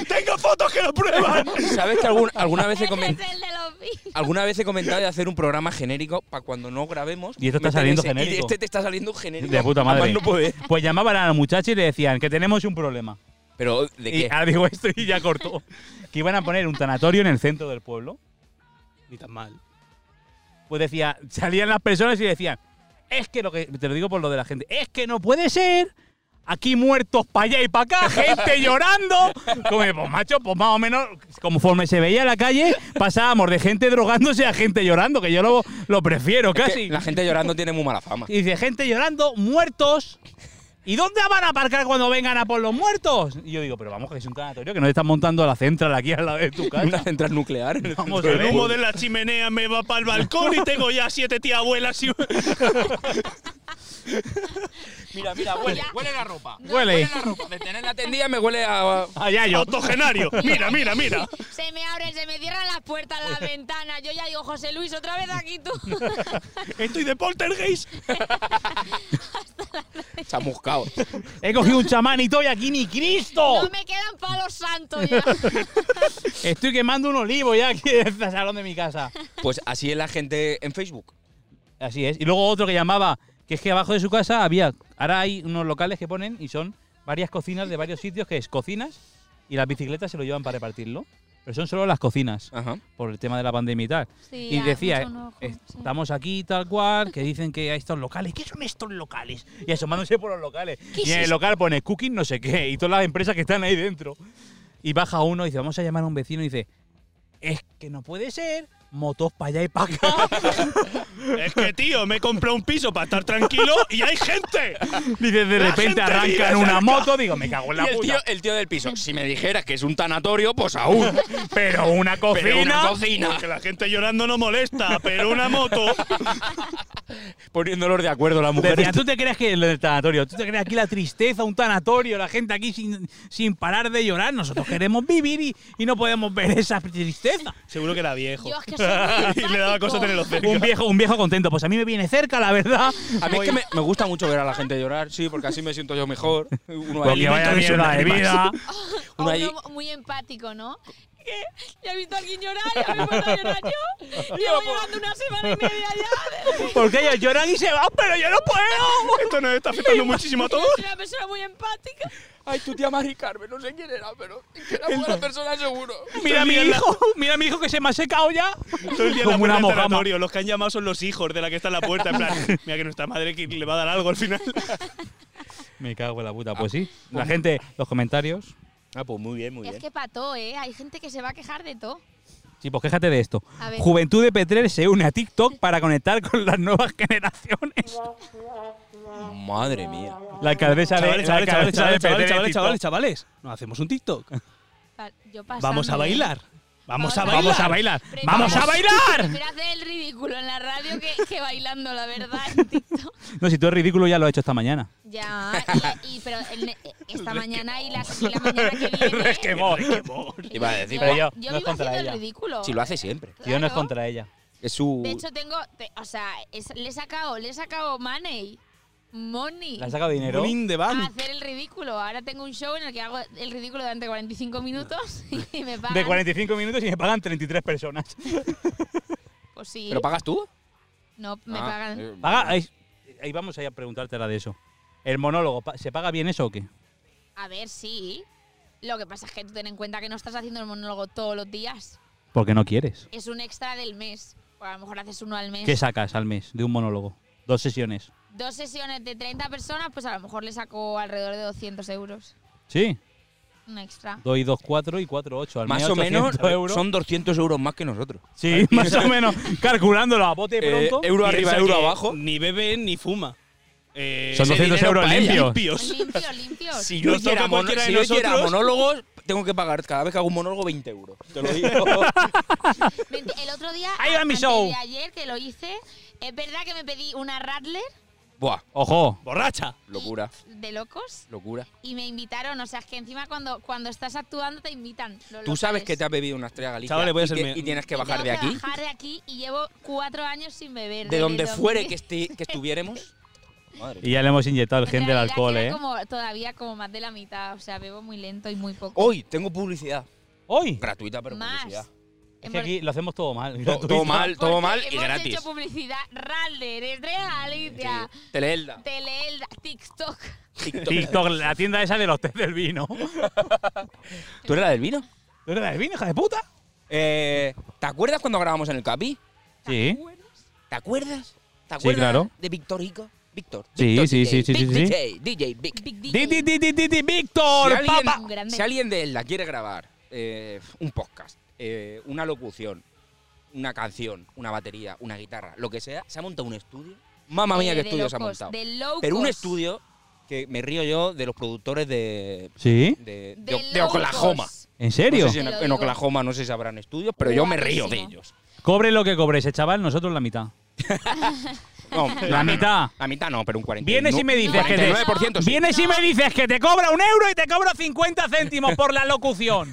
él!
¡Tengo fotos que lo prueban!
¿Sabes que algún- alguna vez he
Ese
comentado?
es el de los vídeos.
Alguna vez he comentado de hacer un programa genérico para cuando no grabemos.
Y esto está
meter
saliendo
ese- Y
genérico.
este te está saliendo genérico.
De puta
a más
madre.
no poder.
Pues llamaban a la muchacha y le decían que tenemos un problema.
Pero, ¿de
Y
qué?
ahora digo esto y ya cortó. que iban a poner un tanatorio en el centro del pueblo.
Ni tan mal.
Pues decía, salían las personas y decían, es que lo que, te lo digo por lo de la gente, es que no puede ser. Aquí muertos para allá y para acá, gente llorando. Como, que, pues macho, pues más o menos, conforme se veía la calle, pasábamos de gente drogándose a gente llorando, que yo lo, lo prefiero
Que
casi.
La gente llorando tiene muy mala fama.
Y dice, gente llorando, muertos. ¿Y dónde van a aparcar cuando vengan a por los muertos? Y yo digo, pero vamos, que es un tanatorio, que no te están montando a la central aquí al lado de tu
Una
casa.
central nuclear. pues, en el
Vamos
centro
a
del
El
ver.
pueblo.
humo de la chimenea me va para el balcón y tengo ya siete tía abuelas y...
Mira, mira, huele, huele la ropa.
Huele.
la ropa. De tenerla tendida me huele a.
Allá yo.
¡Octogenario! ¡Mira, mira, mira!
Se me abren, se me cierran las puertas, las ventanas. Yo ya digo, José Luis, otra vez aquí tú.
¡Estoy de poltergeist!
Chamuscao.
He cogido un chamán y todo y aquí ni Cristo.
Oh.
No me quedan palos santos ya.
Estoy quemando un olivo ya aquí en el salón de mi casa.
Pues así es la gente en Facebook.
Así es. Y luego otro que llamaba, que es que abajo de su casa había, ahora hay unos locales que ponen y son varias cocinas de varios sitios, que es cocinas y las bicicletas se lo llevan para repartirlo. Pero son solo las cocinas,
Ajá.
por el tema de la pandemia y tal.
Sí,
y
ya,
decía,
mucho enojo,
"Eh,
sí.
estamos aquí tal cual, que dicen que hay estos locales. ¿Qué son estos locales? Y asomándose por los locales.
¿Qué
Y
es
en el
esto?
local pone cooking no sé qué, y todas las empresas que están ahí dentro. Y baja uno y dice, vamos a llamar a un vecino y dice, es que no puede ser, motos para allá y para acá.
Es que, tío, me compré un piso para estar tranquilo y hay gente.
Dice, de
La
repente
gente vive
arrancan
cerca".
una moto, digo, me cago en la
Y el tío,
puta.
el tío del piso. Si me dijeras que es un tanatorio, pues aún.
Pero una cocina.
Pero una cocina.
Que la gente llorando no molesta, pero una moto.
Poniéndolos de acuerdo la mujer.
Decía, ¿tú te crees que el tanatorio? ¿Tú te crees aquí la tristeza, un tanatorio, la gente aquí sin, sin parar de llorar? Nosotros queremos vivir y, y no podemos ver esa tristeza.
Seguro que era viejo.
Yo es que soy muy
y le daba cosa tenerlo cerca.
Un viejo, un viejo contento. Pues a mí me viene cerca, la verdad.
A mí es que me, me gusta mucho ver a la gente llorar, sí, porque así me siento yo mejor. Uno ahí-
Porque vaya
alimento de
mierda de
sus
vida.
O
Uno ahí-
uno muy empático, ¿no? ¿Qué? ¿Ya he visto a alguien llorar? ¿Ya me he puesto a llorar yo? Llevo llorando una semana y media ya.
Porque ellos lloran y se van, pero yo no puedo.
Esto nos está afectando muchísimo a todos.
Soy una persona muy empática.
Ay, tu tía Mari Carmen, no sé quién era, pero es que era buena persona seguro.
Mira a mi
Mira la-
hijo, mira a mi hijo que se me ha secado ya.
Todo el día en la
Como
puerta
una
del
mojama.
tanatorio. Los que han llamado son los hijos de la que está en la puerta. En plan, mira que nuestra madre que le va a dar algo al final.
Me cago en la puta,
Ah.
pues sí. La gente, los comentarios.
Ah, pues muy bien, muy
Es que pató, ¿eh? Hay gente que se va a quejar de todo.
Sí, pues quéjate de esto.
A ver.
Juventud de Petrer se une a TikTok para conectar con las nuevas generaciones.
Madre mía.
La alcaldesa de
Chavales,
la
chavales,
alcaldesa de
chavales, chavales,
Petrer en
chavales,
TikTok.
chavales, chavales. Nos hacemos un TikTok.
Pa- Yo pasando,
Vamos a
¿eh?
bailar. Vamos a bailar.
Vamos a bailar.
Prefiero-
¡Vamos a bailar!
Prefiero hacer el ridículo en la radio que, que bailando, la verdad, en TikTok.
No, si tú es ridículo ya lo has hecho esta mañana.
Ya, y, y- pero en- eh, esta mañana y la, y la mañana que viene.
Iba a decir, pues,
yo,
pero yo-
yo
no es
vivo
contra
haciendo el
ella.
ridículo.
si lo hace siempre.
Yo no es
Claro.
contra ella.
Es su.
De hecho, tengo. te- o sea, es- le he sacado, le he sacado money. Money.
Le han sacado dinero.
Green the
A
Bank.
hacer el ridículo. Ahora tengo un show en el que hago el ridículo durante 45 minutos y me pagan.
De 45 minutos y me pagan 33 personas.
Pues sí.
¿Pero pagas tú?
no, me
Ah,
pagan.
eh,
Paga, ahí, ahí vamos a ir a preguntártela de eso. El monólogo, pa- ¿se paga bien eso o qué?
A ver, sí. Lo que pasa es que tú ten en cuenta que no estás haciendo el monólogo todos los días.
Porque no quieres.
Es un extra del mes. O a lo mejor haces uno al mes.
¿Qué sacas al mes de un monólogo? Dos sesiones.
Dos sesiones de 30 personas, pues a lo mejor le saco alrededor de 200 euros.
Sí.
Un extra.
Dos y dos, cuatro y cuatro, ocho. Al
Más
mes,
o menos
800
eh,
euros.
son 200 pues euros más que nosotros.
Sí, más o menos. Calculándolo a bote
Eh,
pronto.
euro
Piensa
arriba, euro
que
abajo.
Ni bebe ni fuma. Eh,
Son
ese
200
dinero
euros
pa' ella.
limpios.
Limpio, limpio.
Si yo, pues
Nos toca
hiciera, mono-
cualquiera de
si yo hiciera
nosotros.
monólogos, tengo que pagar cada vez que hago un monólogo 20 euros. Te lo digo.
Vente, El otro día,
Ahí va mi
antes
show.
de ayer que lo hice, es verdad que me pedí una Rattler
Buah,
Ojo.
Borracha.
y-
locura,
de locos
locura.
y me invitaron. O sea, es que encima cuando, cuando estás actuando te invitan. los
Tú sabes
locales.
que te has bebido una estrella Galicia
Chavales, voy a
y,
ser
te-
mi-
y tienes que
Y
bajar de
tengo
aquí.
bajar de aquí y llevo cuatro años sin beber.
De
desde
donde
el
fuere
2000.
que, esti- que estuviéramos. Madre
Y ya le hemos inyectado el
En
gen del
realidad
alcohol,
queda
¿eh?
como- todavía como más de la mitad. O sea, bebo muy lento y muy poco.
Hoy tengo publicidad.
¡Hoy!
Gratuita, pero
Más.
publicidad.
Es que
Hemos-
aquí lo hacemos todo mal.
Todo, todo mal,
porque
todo mal y
hemos
gratis.
hecho publicidad. Rattler, Estrella Galicia,
Teleelda,
Teleelda, TikTok.
TikTok.
TikTok, la tienda esa de los test del vino. ¿Tú
¿Tú eres la del vino?
eres la del vino, hija de puta?
Eh, ¿Te acuerdas cuando grabamos en el Capi?
Sí.
¿Te acuerdas? ¿Te acuerdas
Sí, claro.
de Víctor Rico? Víctor.
Sí,
Víctor
sí,
DJ,
sí, sí,
Big
sí, sí.
DJ, DJ, Big.
Big
Di, di,
DJ.
di, di, di, di,
si,
Víctor,
alguien,
papá.
Un grande.
si alguien de la quiere grabar eh, un podcast, eh, una locución, una canción, una batería, una guitarra, lo que sea, se ha montado un estudio. Mamma mía,
Eh,
qué
de
estudio se ha
locos,
montado.
de locos.
Pero un estudio que me río yo de los productores de.
¿Sí?
de, de-
De
de
locos.
Oklahoma.
¿En
No
serio?
sé si en,
Te lo
en
digo.
Oklahoma no sé si habrán estudios, pero yo me río de
Guapísimo.
ellos.
Cobre lo que cobre ese chaval, nosotros la mitad.
No,
La mitad.
La mitad no, pero un 49%.
Vienes y me dices que te-
49%. sí.
Vienes y me dices que te cobra un euro y te cobra 50 céntimos por la locución.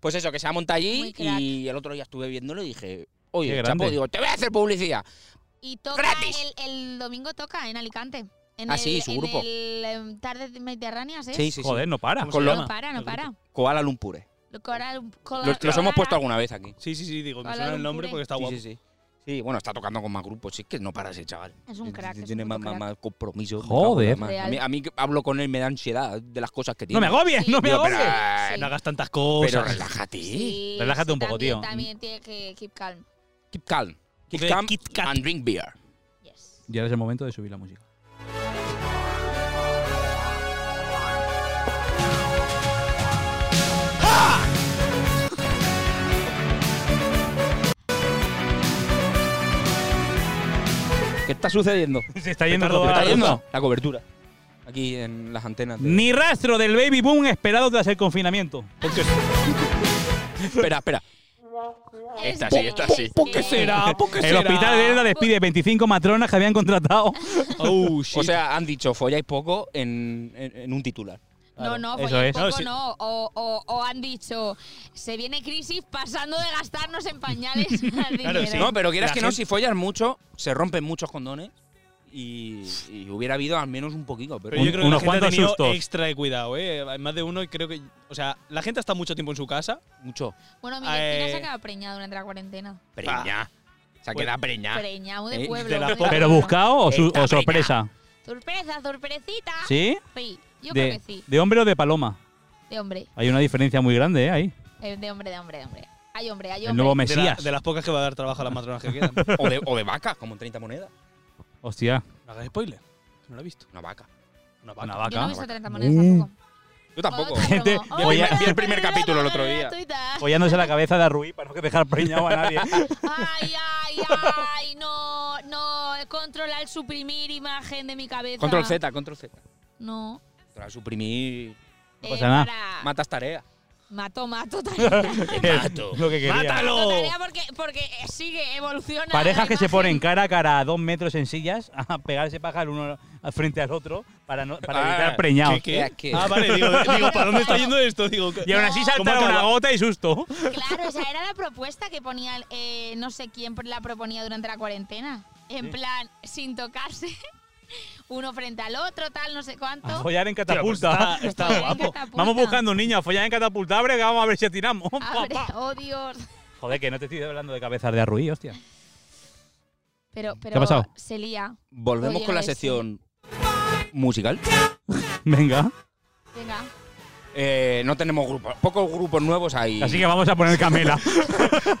Pues eso, que se ha montado allí
Muy crack.
y el otro día estuve viéndolo y dije,
Qué
oye,
grande.
chapo, digo, te voy a hacer publicidad.
Y toca
Gratis.
El, el domingo toca en Alicante. En
Ah, sí,
el-
su
en
grupo.
el, em, Tardes Mediterráneas, ¿eh?
Sí, sí, sí.
Joder, no para.
¿Cómo
Con
se
lo-
No
llama?
para, no para.
Koala Lumpure.
Lo cora-
Los,
cola-
los
colara.
hemos puesto alguna vez aquí.
Sí, sí, sí, digo, me
Hola,
suena el
Lumpure.
nombre porque está
Sí,
guapo.
sí, sí. Sí, bueno, está tocando con más grupos, sí, que no para ese chaval.
Es un crack, es
Tiene
un
más,
puto
más- más compromiso. me
Joder.
cago en la mar. A
Real.
mí, a mí que hablo con él me da ansiedad de las cosas que
No
tiene.
me agobies, no me
Digo, pero,
agobies.
eh,
Sí.
No hagas tantas
pero
cosas.
relájate.
Sí,
Relájate un poco, tío.
también- También tiene que keep calm.
Keep calm. Keep
Ok,
calm
Kit Kat.
and drink beer.
Yes.
Y ahora es el momento de subir la música.
¿Qué está sucediendo?
Se está yendo todo
¿Está
a-
yendo? La cobertura. Aquí en las antenas. de-
Ni rastro del baby boom esperado tras el confinamiento.
espera, espera. Esta sí, esta sí.
¿Por qué será?
¿Por qué
El hospital de Elda despide 25 matronas que habían contratado.
Oh, shit.
O sea, han dicho folláis poco en, en- en un titular.
No, no,
Eso
pues
es.
poco
No, sí.
no. O, o- o han dicho, se viene crisis pasando de gastarnos en pañales al dinero.
sí.
No, pero quieras
La
que no,
gente-
si follas mucho, se rompen muchos condones y, y hubiera habido al menos un poquito. Pero,
Pero yo
Un-
creo que
unos
la gente ha
cuantos
tenido
sustos.
extra de cuidado, ¿eh? Hay Más de uno y creo que... O sea, la gente está mucho tiempo en su casa.
mucho.
Bueno, mi vecina se
Eh.
ha quedado preñada durante la cuarentena.
Ah.
Preña. Se
Pues,
ha quedado preña.
Preñado
Eh,
de
de
pueblo.
las
de
pocas-
Pero
pueblo.
buscado o, su-
Esta
o sorpresa.
Sorpresa, sorpresita.
¿Sí?
Sí, yo creo
De,
que sí.
de hombre o de paloma.
De hombre.
Hay una diferencia muy grande ¿eh? ahí.
Eh, De hombre, de hombre, de hombre. Hay hombre, hay hombre.
El nuevo
De, la-
Mesías.
de las pocas que va a dar trabajo a las matronas que quedan.
O de, o de vaca, como en 30 monedas.
Hostia.
No hagas spoiler. No lo he visto.
Una vaca.
Una
Una
vaca.
Yo no he
vaca.
visto 30 monedas
Mm.
tampoco.
Yo tampoco.
Otra
Gente,
como,
vi
"Hola,
el- vi el
programa
primer capítulo el otro día".
gratuita.
Follándose la cabeza de Arruí para no dejar preñado a nadie.
Ay, ay, ay, no, no, controla el suprimir imagen de mi cabeza.
Control Z, control Z.
No.
Para suprimir.
eh,
pasa nada.
para-
Matas tareas.
Mató, mato, tarea.
Mato.
Lo que quería.
¡Mátalo!
Tarea porque, porque sigue, evoluciona.
Parejas
la
que se
imagen.
ponen cara a cara a dos metros en sillas a pegarse paja el uno al- frente al otro para, no, para
Ah,
evitar preñados.
¿Qué?
Ya, ¿qué?
Ah, vale, digo, digo, ¿para dónde está yendo esto? Digo,
Y aún así saltar
¿cómo
una
acaba?
gota y susto.
Claro, esa era la propuesta que ponía, eh, no sé quién la proponía durante la cuarentena. En plan, sin tocarse, uno frente al otro, tal, no sé cuánto.
A follar en
Tío, pues
catapulta.
está- está
Follar en
guapo.
catapulta.
Vamos buscando un niño a follar en catapulta. Abre que vamos a ver si atinamos.
Abre, oh Dios.
Joder, que no te estoy hablando de cabezas de arruí, hostia.
Pero, pero
ha pasado?
se lía.
Volvemos
Oye,
con la
ese.
sección musical.
Venga.
Venga.
Eh, no tenemos grupos, pocos grupos nuevos hay.
Así que vamos a poner Camela.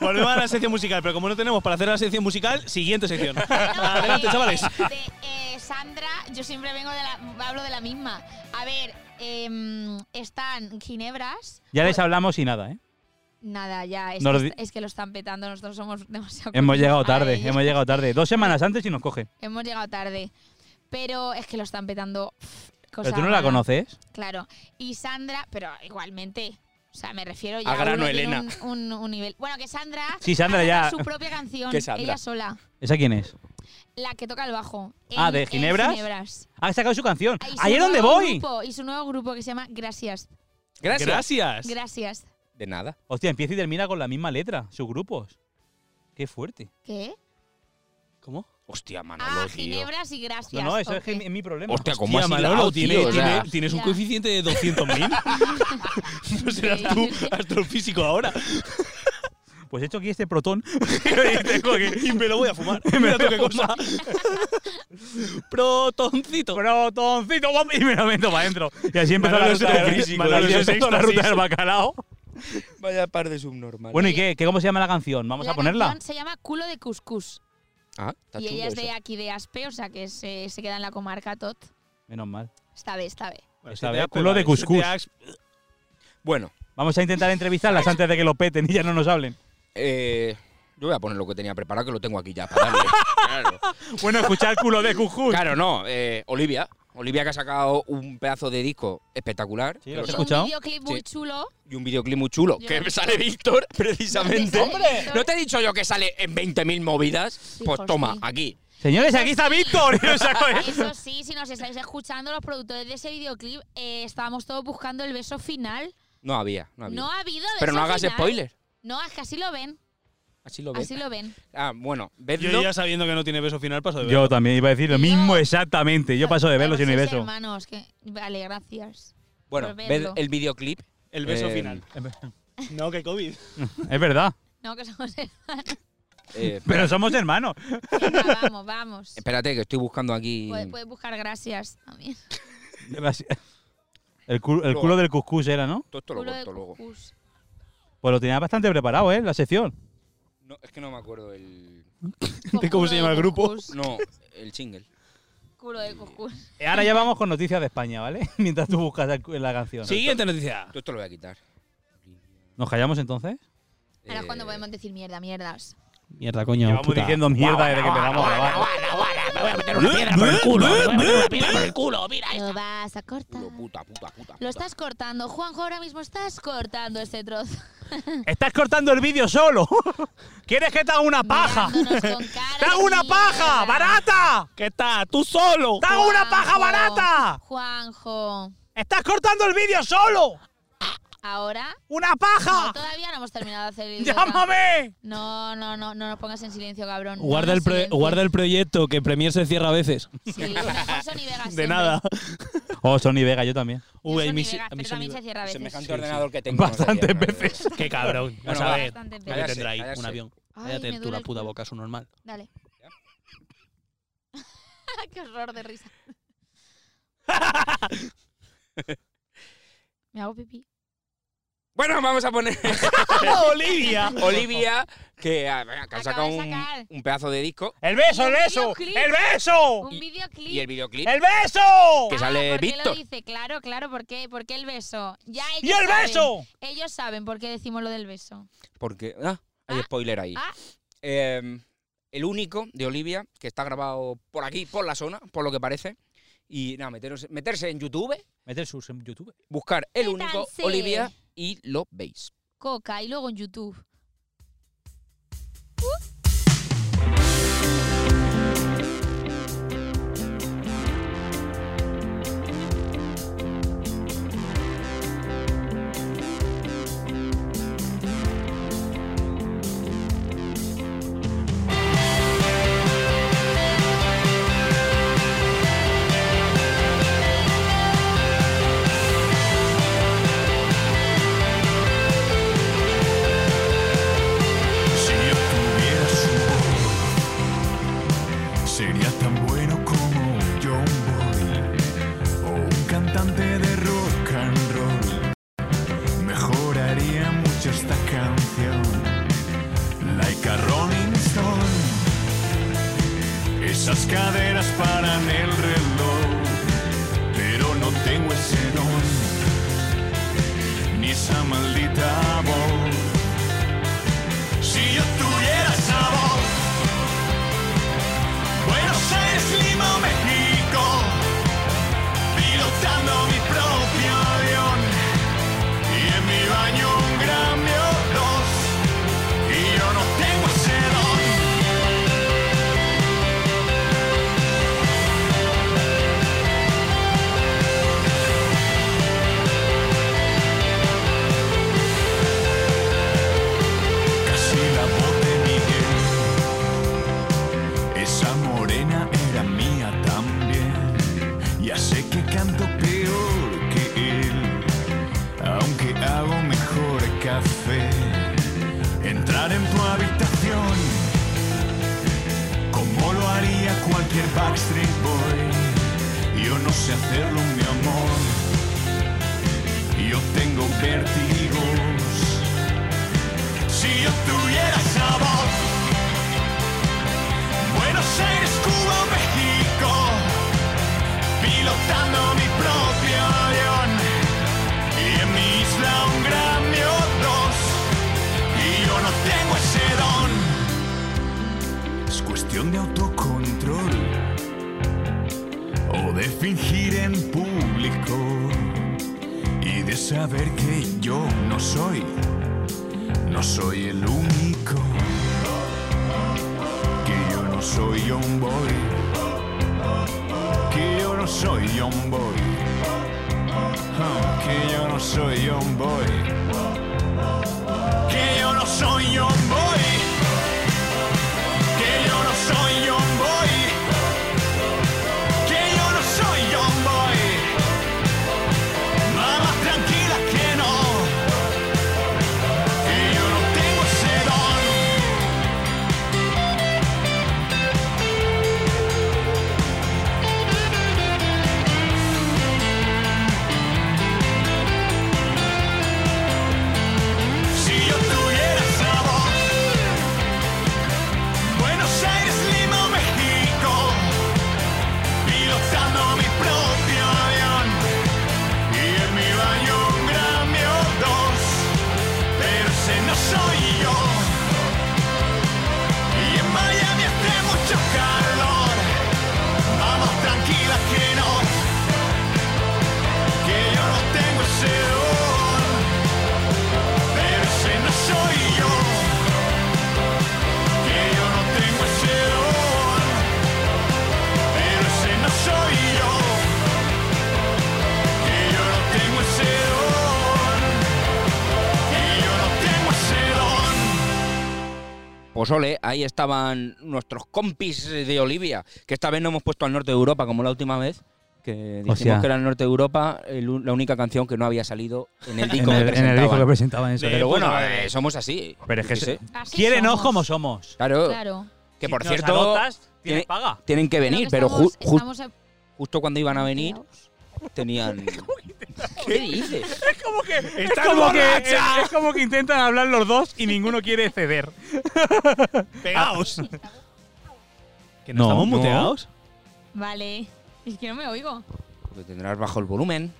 Volvemos a la sección musical, pero como no tenemos para hacer la sección musical, siguiente sección.
No,
Adelante,
eh,
chavales.
de, eh, Sandra, yo siempre vengo de la, hablo de la misma. A ver, em, están Ginebras.
Ya les hablamos y nada, ¿eh?
Nada, ya, es,
Nos
que,
di-
est- es que lo están petando, nosotros somos demasiado...
Hemos llegado tarde,
Ay,
hemos llegado tarde. Dos semanas antes y nos coge.
hemos llegado tarde. Pero es que lo están petando... pff, cosa
Pero tú no la
mala.
conoces.
Claro. Y Sandra, pero igualmente... O sea, me refiero ya
A grano
uno tiene
Elena.
Un, un- un nivel. Bueno, que Sandra.
Sí, Sandra
ha sacado
ya-
Su propia canción.
¿Qué Sandra?
Ella sola.
¿Esa quién es?
La que toca el bajo.
Ah, ¿de
en
Ginebras?
Ginebras.
Ha sacado su canción.
Y su
¿Ahí es donde
nuevo
voy?
grupo, y su nuevo grupo que se llama Gracias.
Gracias.
Gracias.
Gracias.
De nada.
Hostia, empieza y termina con la misma letra, sus grupos. Qué fuerte.
¿Qué?
¿Cómo?
Hostia, Manolo,
Ah,
tío.
Ginebras y Gracias.
No, no, eso es,
ok.
que es mi problema.
Hostia, ¿cómo
Tía,
has
Manolo,
hilado,
tiene-
tío? O sea,
tiene- ¿Tienes un
Ya.
coeficiente de 200.000? no serás tú astrofísico ahora.
Pues he hecho aquí este protón.
y, tengo que- y me lo voy a fumar. Mira tú qué cosa. Protoncito.
¡Protoncito! guapo, Y me lo meto para adentro. Y así empezó
Manolo
la
es
ruta, del-
astrofísico,
Manolo
Darío
es
es
toda la ruta
éxtasis.
del bacalao.
Vaya par de subnormales.
Bueno, ¿y qué? ¿Qué- ¿Cómo se llama la canción? ¿Vamos
La
a ponerla?
canción se llama Culo de Cuscús.
ah, está
Y ella
chulo
es de
eso.
aquí de Aspe, o sea que se, se queda en la comarca tot.
Menos mal.
Esta vez, esta vez.
Bueno, este
Esta
si te
vez
has
culo de
pegado, si te
cuscús.
has-
Bueno,
Vamos a intentar entrevistarlas antes de que lo peten y ya no nos hablen.
eh, yo voy a poner lo que tenía preparado, que lo tengo aquí ya para darle. claro.
Bueno, escuchar culo de Cuscus.
Claro, no. eh, Olivia. Olivia que ha sacado un pedazo de disco espectacular.
Sí, lo
que lo
¿Has
Y
saca-
escuchado?
un videoclip muy
Sí.
chulo.
y un videoclip muy chulo.
Yo lo
Que
he
sale Víctor, precisamente.
¿Dónde sale Víctor?
¿No te he dicho yo que sale en 20.000 movidas? Pues
Hijos,
toma,
sí.
aquí.
Señores, aquí está Víctor. Y lo saco, ¿eh?
Eso sí, si nos estáis escuchando, los productores de ese videoclip, eh, estábamos todos buscando el beso final.
No había, no
No,
había.
ha habido beso
Pero no hagas
final.
spoiler.
No, es que así lo ven.
Así lo ves.
Así lo ven.
Ah, bueno,
Yo
vedlo.
ya sabiendo que no tiene beso final paso de ver.
Yo también iba a decir lo mismo exactamente. Yo paso de verlo sin
Somos
el
seis
beso.
hermanos, que... Vale, gracias.
Bueno,
Por
ved
verlo.
el videoclip.
El beso
Eh,
final. No, que COVID.
Es verdad.
No, que somos hermanos.
eh,
Pero somos hermanos.
Venga, vamos, vamos.
espérate, que estoy buscando aquí.
Puedes, puedes buscar gracias también.
El culo, el culo del Cuscus era, ¿no?
Todo esto lo
Culo de
corto luego.
cuscús.
Pues lo tenía bastante preparado, ¿eh? La sección.
No, es que no me acuerdo el.
¿De cómo se
Culo
llama
de
el grupo?
cuscús,
No, el single.
Culo de cuscús.
Eh, Ahora ya vamos con noticias de España, ¿vale? Mientras tú buscas el cu- la canción.
Siguiente noticia.
Todo esto lo voy a quitar.
¿Nos callamos entonces?
Ahora es
Eh,
cuando podemos decir mierda, mierdas.
Mierda, coño.
Llevamos diciendo mierda desde que empezamos a grabar.
¿Eh?
Lo vas a cortar.
culo, puta, puta, puta.
Lo
puta.
estás cortando, Juanjo, ahora mismo estás cortando este trozo.
¡Estás cortando el vídeo solo! ¿Quieres que te haga una paja?
Mirándonos con cara
¡Te hago
de
una paja!
mierda.
¡Barata!
¿Qué tal? ¡Tú solo!
¡Te hago una
Juanjo,
paja barata!
Juanjo,
¡Estás cortando el vídeo solo!
ahora
¡Una
no,
paja!
todavía no hemos terminado de hacer el idiota.
¡Llámame!
No, no, no, no nos pongas en silencio, cabrón. No
Guarda
nos
el, pre-
silencies.
guarda el proyecto, que Premier se cierra a veces.
Sí, mejor Sony Vegas
De
siempre.
nada.
Oh, Sony Vega, yo también.
Yo
Uy,
Sony
a mí
Vegas,
sí- a
pero
mí sí
también
me-
se cierra a veces.
Semejante
sí.
ordenador que tengo. no sé,
Bastantes
no, no, no.
veces.
Qué cabrón. Vas
Bueno,
a ver.
bastante bien.
Cállate
Cállate,
tendrá ahí, un
cállate.
avión.
Ay, me
Cállate tú
duele
la
el
puta
culo.
boca, es un normal.
Dale. Qué horror de risa. me hago pipí.
Bueno, vamos a poner
¡Olivia!
Olivia, que ha, que ha
Acaba
sacado
de
un,
sacar.
un pedazo de disco
¡El beso, el beso!
videoclip.
¡El beso!
Un videoclip.
y el videoclip.
¡El beso!
que sale
¿por qué
Víctor.
Eh, ah, Lo dice? Claro, claro, ¿por qué? ¿Por qué el beso? Ya ellos
¡Y el
saben.
beso!
Ellos saben por qué decimos lo del beso.
Porque. Ah, hay
Ah,
spoiler ahí.
ah.
Eh, el único de Olivia que está grabado por aquí, por la zona, por lo que parece. Y nada, meteros- meterse en YouTube,
Mete el sus en YouTube.
buscar el único
Métanse.
Olivia y lo veis.
Coca y luego en YouTube.
Si yo tuviera su voz, sería tan bueno como John Boy o un cantante de rock and roll. Mejoraría mucho esta canción, like a Rolling Stone. Esas caderas paran el reloj, pero no tengo ese don, ni esa maldita voz. Si yo tuviera sabor, Buenos Aires, Lima o México, pilotando mi propio avión y en mi baño un gran dos y yo no tengo ese don. Casi la voz de Miguel Esa morena era mía también Ya sé que canto peor que él Aunque hago mejor café Entrar en tu habitación Como lo haría cualquier Backstreet Boy Yo no sé hacerlo, mi amor Yo tengo vértigos si yo tuviera sabor. Buenos Aires, Cuba, México, pilotando mi propio avión. Y en mi isla un Grammy o dos, y yo no tengo ese don. Es cuestión de autocontrol o de fingir en público y de saber que yo no soy no soy el único. Que yo no soy John Boy. Que yo no soy John Boy. Ah, Que yo no soy John Boy. Que yo no soy John Boy. Que yo no soy John Boy. Que yo no soy John Boy. Mamá, tranquila que no. Que yo no tengo ese don. Si yo tuviera sabor, Buenos Aires, Lima o México, pilotando mi propio avión y en mi baño un Grammy o dos, pero ese no soy yo. Y en Miami hace mucho calor, vamos tranquila que no, que yo no tengo ese don. Pero ese no soy yo, que yo no tengo ese don. Pero ese no soy yo, que yo no tengo ese don. Que yo no tengo ese don.
Pues ole, ahí estaban nuestros compis de Olivia, que esta vez no hemos puesto al norte de Europa como la última vez, que dijimos
sea.
que era el norte de Europa el u- la única canción que no había salido en el
En
disco que
el, en el disco que
presentaban.
presentaban eso.
De-
Pero bueno,
Pues,
eh, somos así.
¿eh? Pero es
yo
que
qué
se-
sé.
Así
Quiérenos
somos.
como somos.
Claro,
Claro.
que
Si
por
nos
cierto
adoptas,
tiene-
tienes paga.
tienen que venir,
Creo que
pero ju-
estamos-
ju-
estamos en-
justo cuando iban a venir tenían... ¿Qué dices?
como que, es,
¡Estás
como que es,
borracha!
es como que intentan hablar los dos y ninguno quiere ceder.
Pegaos. ¿Que
no,
estamos
no.
muteados?
Vale. Es que no me oigo.
Porque tendrás bajo el volumen.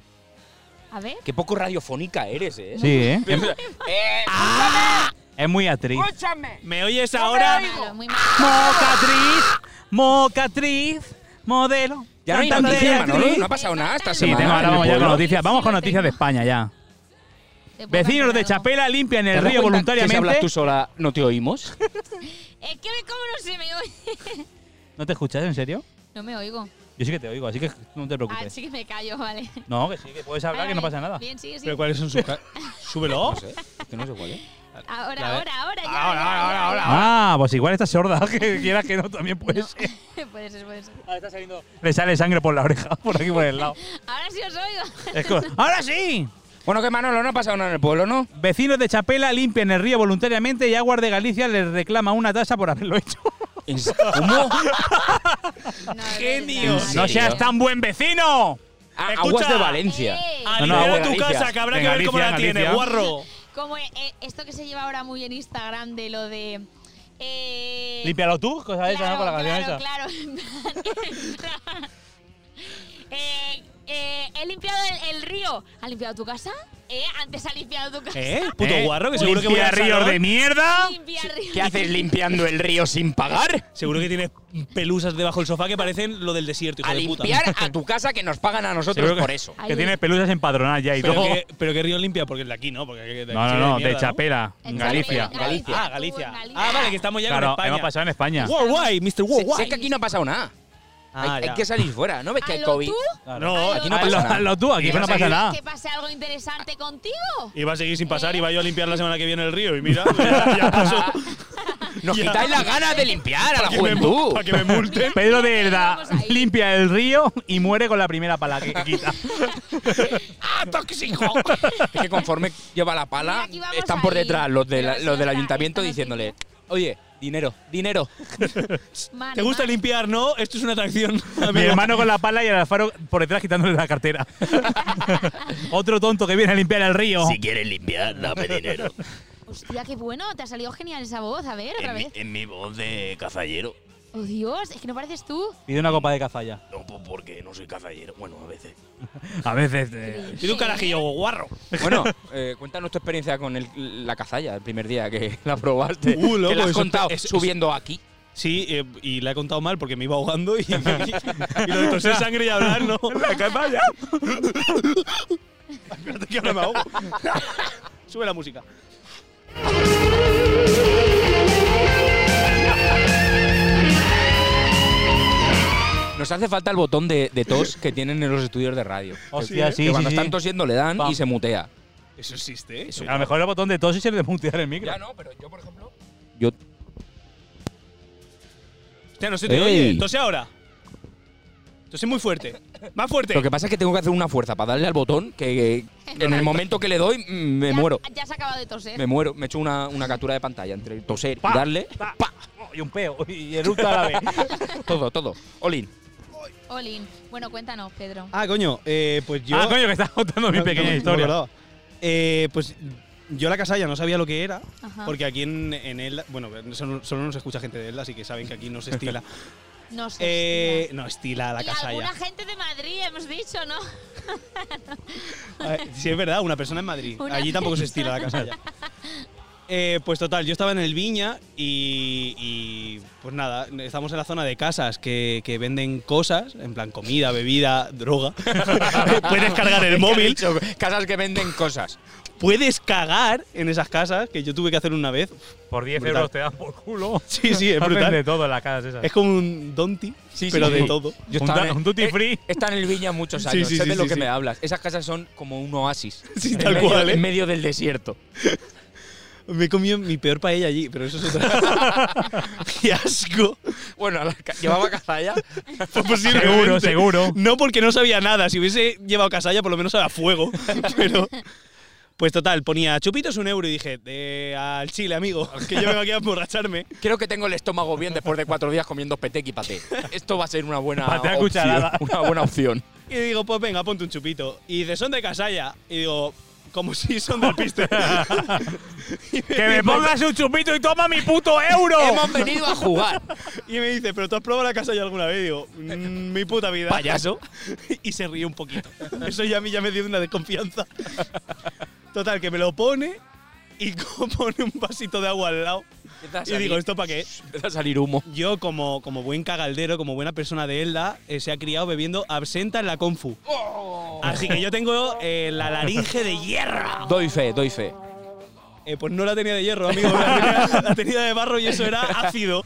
A ver.
Qué poco radiofónica eres, ¿eh?
¿eh?
Pero- ¡Eh!
Es muy actriz.
¿Me oyes ahora?
Malo, muy malo.
Mocatriz, mocatriz, modelo.
Ya no hay
cantante,
noticias,
actriz.
Manolo. No ha pasado nada esta
Sí,
semana. ¿eh?
tengo, ahora
en el
vamos ya con
pueblo.
noticias. Vamos con noticias de España ya.
te puedo
Vecinos de
cantar algo.
Chapela limpian
¿Te
el
das
río
cuenta que Si hablas
voluntariamente.
tú sola, no te oímos.
Es que me- cómo no se me oye.
¿No te escuchas, en serio?
No me oigo.
Yo sí que te oigo, así que no te
Ah,
preocupes.
sí que me callo, vale.
No, que sí, que puedes hablar, que no pasa nada.
Bien, sigue, sigue.
¿Pero cuáles son sus.? ca- ¡Súbelo!
No sé, este no sé cuál es.
Ahora,
La-
ahora, ahora, ya,
Ahora,
ya,
ahora,
ya,
ahora,
ya.
Ah, pues igual estás sorda, que quieras que no, también puede ser.
puede ser, puede ser.
Le sale sangre por la oreja, por aquí por el lado.
Ahora sí os oigo.
Es como- ¡Ahora sí!
Bueno, que Manolo, no ha pasado nada en el pueblo, ¿no?
Vecinos de Chapela limpian el río voluntariamente y Aguas de Galicia les reclama una tasa por haberlo hecho.
¿Cómo?
No, es
Genio.
verdad.
¡No seas
serio?
tan buen vecino!
Ah,
Escucha.
Aguas de Valencia.
Eh,
Ah,
No, no,
libera
en
tu
Galicia.
casa, que habrá
En
que ver cómo
Galicia,
la
en
tiene,
Galicia.
guarro.
Como eh, esto que se lleva ahora muy en Instagram de lo de. Eh,
Límpialo tú, cosa de esa, ¿no? Con la canción esa.
claro, claro. eh, eh, he limpiado el, el río. ¿Has limpiado tu casa? Eh, antes ha limpiado tu casa.
¿Eh? Puto
¿Eh?
guarro, que seguro que voy
Limpia
a
ríos de mierda!
Limpia el río.
¿Qué haces limpiando el río sin pagar?
Seguro que tienes pelusas debajo del sofá que parecen lo del desierto, hijo
A
de puta.
limpiar a tu casa que nos pagan a nosotros
Seguro que-
por eso.
Ay,
Que tiene pelusas empadronadas ya y
Pero,
todo.
que, pero que río limpia, porque el de aquí no, porque de aquí
No,
sí
no,
que
no,
mierda,
de Chapela,
En
Galicia.
Chapela.
Ah, Galicia.
Tú, en Galicia.
Ah, vale, que estamos ya con
Claro,
España.
hemos pasado en España.
Worldwide, Mr.
Sé,
Worldwide.
sé que aquí no ha pasado nada.
Ah,
hay, hay
ya.
que salir fuera, ¿no ves que
¿A
hay
lo
COVID?
tú?
No,
Ay,
aquí
no
Hazlo,
pasa nada.
hazlo tú, aquí
Mira,
no pasa
seguir-
nada.
¿Que pase algo interesante contigo?
Iba a seguir sin pasar, iba yo a limpiar la semana que viene el río. Y mira, pues, ya, ya pasó.
Nos
Ya.
quitáis las ganas de limpiar a la
Que me mu-
juventud.
Para que me multen.
Pedro de Herda
Vamos ahí.
limpia el río y muere con la primera pala que quita.
¡Ah, tóxico!
Es que conforme lleva la pala,
Mira, aquí vamos
están por
ahí.
detrás los, de la-
Pero
los
sí,
del
o sea,
ayuntamiento
esto no
diciéndole, oye, dinero, dinero.
Man,
¿Te gusta
man.
limpiar, no? Esto es una atracción.
Mi
amigo.
hermano con la pala y el alfaro por detrás quitándole la cartera. Otro tonto que viene a limpiar el río.
quieres limpiar, dame dinero.
Hostia, qué bueno. Te ha salido genial esa voz. A ver,
Eh,
otra vez.
mi voz de cazallero.
Oh, Dios, es que no pareces tú.
Pide una copa de cazalla.
No, pues porque no soy cazallero. Bueno, a veces.
A veces. eh,
Tiene un carajillo guarro.
Bueno, eh, cuéntanos tu experiencia con el- la cazalla el primer día que la probaste.
Uh, loco,
que la has
eso-
contado
eso-
subiendo aquí.
Sí, eh, y la he contado mal porque me iba ahogando y, y lo de toser sangre y hablar, ¿no? ¡La cazalla! Espérate que ahora me ahogo. Sube la música.
Nos hace falta el botón de, de tos que tienen en los estudios de radio.
Oh,
Hostia,
que
sí,
cuando
sí,
están
sí.
tosiendo le dan
Pam.
y se mutea.
Eso existe, ¿eh?
Eso.
A lo mejor el botón de tos y se le desmutear el micro.
Ya no, pero yo, por ejemplo. Yo.
Hostia, no se te
Ey.
oye. Entonces ahora. Entonces muy fuerte. Más fuerte.
Lo que pasa es que tengo que hacer una fuerza para darle al botón que, que en el momento que le doy mm, me
Ya-
muero.
Ya se ha acabado de toser.
Me muero. Me echo una, una captura de pantalla entre toser
Pa,
y darle.
pa, oh, y un peo. Y eructa a la vez.
Todo, todo. Olin.
Olin. Bueno, cuéntanos, Pedro.
Ah, coño. eh, pues yo.
ah, coño, que estás contando mi
No, no
pequeña
me- no me
historia.
acordaba. Eh, pues yo la casalla no sabía lo que era,
Ajá.
porque aquí en, en Elda, bueno, solo, solo nos escucha gente de Elda, así que saben que aquí no se estila.
No sé.
Eh, no, estila la
y alguna
casalla.
gente de Madrid, hemos dicho, ¿no?
Ay, Eh, Sí, es verdad, una persona en Madrid.
Una
Allí tampoco se estila la casalla. Eh, pues total, yo estaba en el Viña y, y, pues nada, estamos en la zona de casas que, que venden cosas, en plan comida, bebida, droga. Puedes cargar el móvil,
Casas que venden cosas.
puedes cagar en esas casas, que yo tuve que hacer una vez.
Por 10
Brutal.
euros te dan por culo.
Sí, sí, es
Hacen
brutal.
de todo en las casas esas.
Es como un Donti,
Sí, sí,
pero de
sí.
todo.
Un
estaba
da-
en-
un duty
eh,
free.
Está en el Viña muchos
Sí,
años.
sí,
sé
sí,
de lo
sí,
que
sí.
me hablas. Esas casas son como un oasis.
Sí,
en
tal
medio-
cual, ¿eh?
En medio del desierto.
Me he comido mi peor paella allí, pero eso es otra. ¡Qué asco!
Bueno, a la ca- llevaba cazalla.
Fue posiblemente.
Seguro, seguro.
No porque no sabía nada. Si hubiese llevado casalla, por lo menos a fuego. Pero. Pues total, ponía chupitos un euro y dije, eh, al chile, amigo, que yo vengo aquí a emborracharme.
Creo que tengo el estómago bien después de cuatro días comiendo petec y paté. Esto va a ser una buena
Paté a
opción.
cucharada.
Una buena opción.
Y digo, pues venga, ponte un chupito. Y dice, son de casalla. Y digo, como si son del piste. Y
¡Que me
dice-
pongas un chupito y toma mi puto euro!
Hemos venido a jugar.
Y me dice, ¿pero tú has probado la casa ya alguna vez? Digo, "Mm, mi puta vida.
Payaso.
y se ríe un poquito. Eso ya a mí ya me dio una desconfianza. Total, que me lo pone y como pone un vasito de agua al lado.
Empieza a
Y
salir-
digo, ¿esto para qué?
Empieza a salir humo.
Yo, como, como buen cagaldero, como buena persona de Elda, eh, se ha criado bebiendo absenta en la Confu. Así que yo tengo eh, la laringe de hierro.
Doy fe, doy fe.
Eh, pues no la tenía de hierro, amigo. La tenía, la tenía de barro y eso era ácido.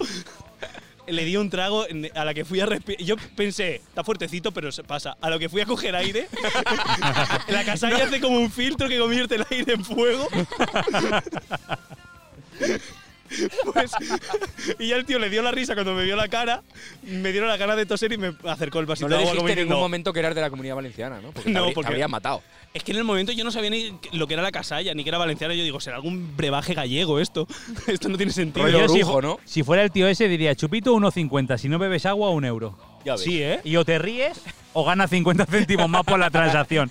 Le di un trago en- a la que fui a respirar. Yo pensé, está fuertecito, pero se pasa. A lo que fui a coger aire, la casalla hace como un filtro que convierte el aire en fuego. Pues, y ya el tío le dio la risa cuando me vio la cara, me dieron la cara de toser y me acercó el vasito
No le
de agua
dijiste en ningún
como diciendo,
momento que eras de la comunidad valenciana, ¿no? Porque te
No,
habría- te
porque-
habría matado.
Es que en el momento yo no sabía ni lo que era la casalla, ni que era valenciana. Yo digo, será algún brebaje gallego esto. esto no tiene sentido.
Rollo
Yo si-
brujo, ¿no?
Si fuera el tío ese, diría chupito 1,50. Si no bebes agua, un euro.
Ya ves.
Sí, ¿eh?
Y o te ríes o ganas 50 céntimos más por la transacción.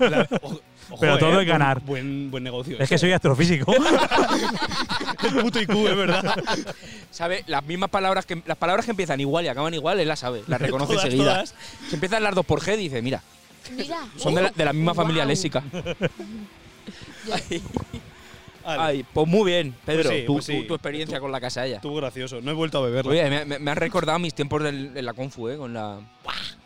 La- o- ojo,
Pero todo
eh,
es ganar.
Buen, buen, buen negocio.
es que soy astrofísico.
el puto IQ, es verdad.
Sabe las mismas palabras que las palabras que empiezan igual y acaban igual, él las sabe, las reconoce
Todas,
enseguida.
todas.
Si empiezan las dos por G, dice, mira,
Mira.
son de la, de la misma familia
Guau.
léxica.
Vale,
Ay, pues muy bien, Pedro,
Pues sí,
tu,
pues sí.
tu- tu experiencia con la casalla.
estuvo gracioso. No he vuelto a beberlo.
Oye, me, me- me han recordado mis tiempos del- en la Confu, ¿eh? Con la,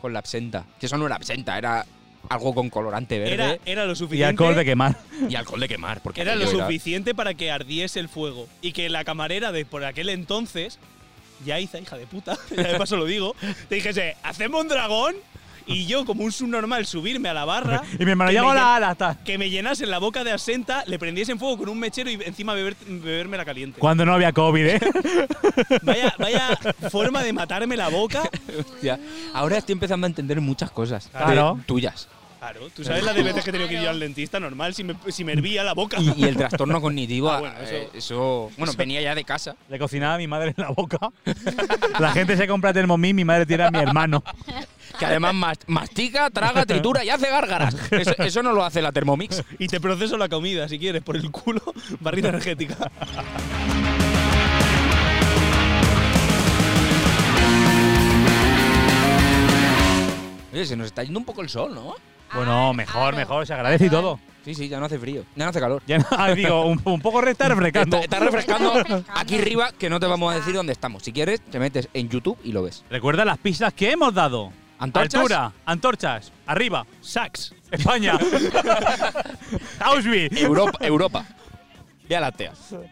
con la absenta. Que eso no era absenta, era algo con colorante
era,
verde
era lo
eh. y
suficiente.
alcohol de quemar.
y alcohol de quemar. Porque
Era lo
aquello
suficiente para que ardiese el fuego. Y que la camarera de por aquel entonces, Yaiza, hija de puta, ya de paso lo digo, te dijese, hacemos un dragón. Y yo, como un subnormal, subirme a la barra.
Y mi hermano,
que
ya
me
con
llen-
la ala, hasta.
Que me llenasen la boca de asenta, le prendiesen fuego con un mechero y encima beber, beberme la caliente.
Cuando no había COVID, ¿eh?
Vaya, vaya forma de matarme la boca.
Hostia, ahora estoy empezando a entender muchas cosas de-
Claro.
tuyas.
Claro, tú sabes la de veces que he tenido que ir yo al dentista normal si me, si me hervía la boca.
Y, y el trastorno cognitivo,
Ah, bueno, eso-
eh, eso- bueno, venía ya de casa.
Le cocinaba a mi madre en la boca. La gente se compra Thermomix, mi madre tira a mi hermano.
Que además mas- mastica, traga, tritura y hace gárgaras. Eso, eso no lo hace la Thermomix.
Y te proceso la comida, si quieres, por el culo, barrita energética.
Oye, se nos está yendo un poco el sol, ¿no?
Ah,
Bueno, mejor, mejor, se agradece y todo.
Sí, sí, ya no hace frío. Ya no hace calor.
Ya no- digo, un, un poco restar
Está,
refrescando.
está refrescando
Está refrescando.
aquí arriba que no te vamos a decir dónde estamos. Si quieres, te metes en YouTube y lo ves.
Recuerda las pistas que hemos dado.
¿Antorchas?
Altura, antorchas, arriba,
Sax.
España, Auschwitz.
Europa. Europa. Vía Láctea. Pues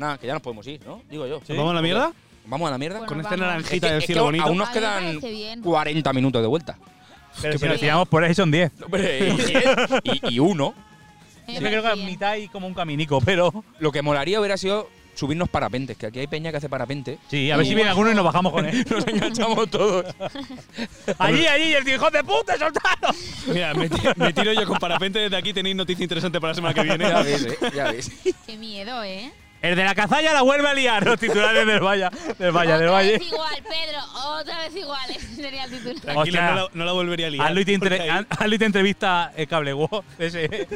nada, que ya nos podemos ir, ¿no? Digo yo.
¿Vamos a la mierda?
¿Vamos a la mierda?
Bueno,
Con
este
esta
vamos.
naranjita
Es que-
del
es
cielo
que
bonito.
Aún nos
A mí me
quedan
parece bien.
40 minutos de vuelta.
Pero si
pero-
nos tiramos por ahí son 10.
Hombre, y, diez, y- y uno.
Eh,
Yo creo que a mitad y como un caminico, pero.
Lo que molaría hubiera sido subirnos parapentes, que aquí hay peña que hace parapente.
Sí, a ver si viene alguno y nos bajamos con él.
Nos enganchamos todos.
allí, allí, el tío, hijo de puta, soltado.
Mira, me, ti- me tiro yo con parapente desde aquí, tenéis noticia interesante para la semana que viene.
Ya ves, eh, ya ves.
Qué miedo, ¿eh?
El de la cazalla la vuelve a liar, los titulares del Valle, del Valle, del
otra
Valle.
vez igual, Pedro. Otra vez igual. Ese sería el titular.
Tranquilo,
Hostia.
no la, no la volvería a liar.
Hazlo y, te Ah, entre-
Porque ahí-
haz- hazlo y te entrevista el cable Wo, ese. ¿eh?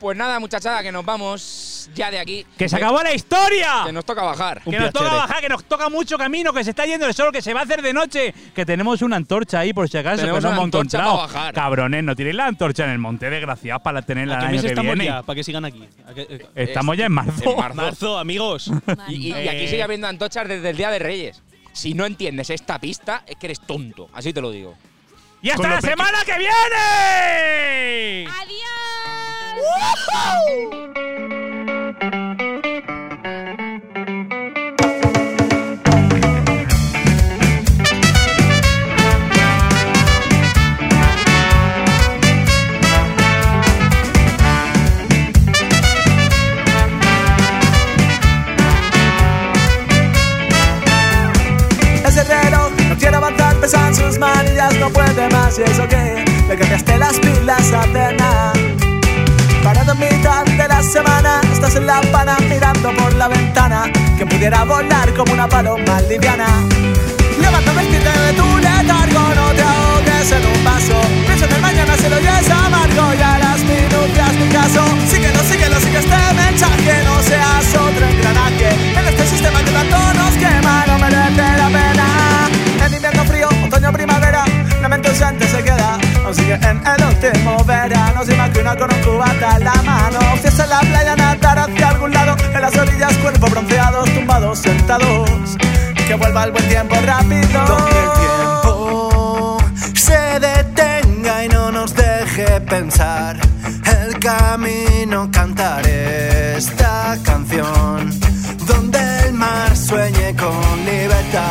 Pues nada, muchachada, que nos vamos ya de aquí.
¡Que se acabó la historia!
Que nos toca bajar.
Un
que nos toca
piacere.
bajar, que nos toca mucho camino, que se está yendo el sol, que se va a hacer de noche, que tenemos una antorcha ahí por si acaso,
Tenemos
que no
una
hemos
antorcha
encontrado.
para bajar.
Cabrones, no tiréis la antorcha en el monte, desgraciados, para tenerla
¿A
el
qué
año
mes
que
estamos
viene.
ya? Para que sigan aquí. ¿A qué- eh,
Estamos ya en marzo.
En marzo.
Marzo, amigos.
Y, y- y aquí
Eh.
sigue habiendo antochas desde el Día de Reyes. Si no entiendes esta pista, es que eres tonto. Así te lo digo.
¡Y hasta
Con lo
la
peque-
semana que viene!
¡Adiós!
Ese reloj no quiere avanzar, pesan sus manillas, no puede más. Y eso que le cambiaste las pilas a cena. Parado en mitad de la semana, estás en la pana mirando por la ventana. Que pudiera volar como una paloma liviana. Levanta vestite de tu letargo, no te ahogues en un vaso. Piensa en el mañana si lo oyes amargo y a las minutas mi caso. Síguelo, síguelo, sigue este mensaje, no seas otro engranaje. En este sistema que tanto nos quema, no merece la pena. En invierno frío, otoño, primavera, la mente ausente se queda. Aún sigue en el último verano, se imagina con un cubata en la mano. Fiesta en la playa, nadar hacia algún lado, en las orillas
cuerpo bronceados, tumbados, sentados. Que vuelva el buen tiempo rápido.
Donde el tiempo se detenga y no nos deje pensar el camino, cantar esta canción. Donde el mar sueñe con libertad.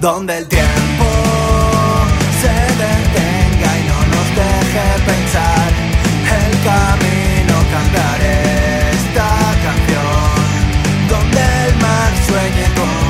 Donde el tiempo se detenga y no nos deje pensar el camino, cantar esta canción. Donde el mar sueñe con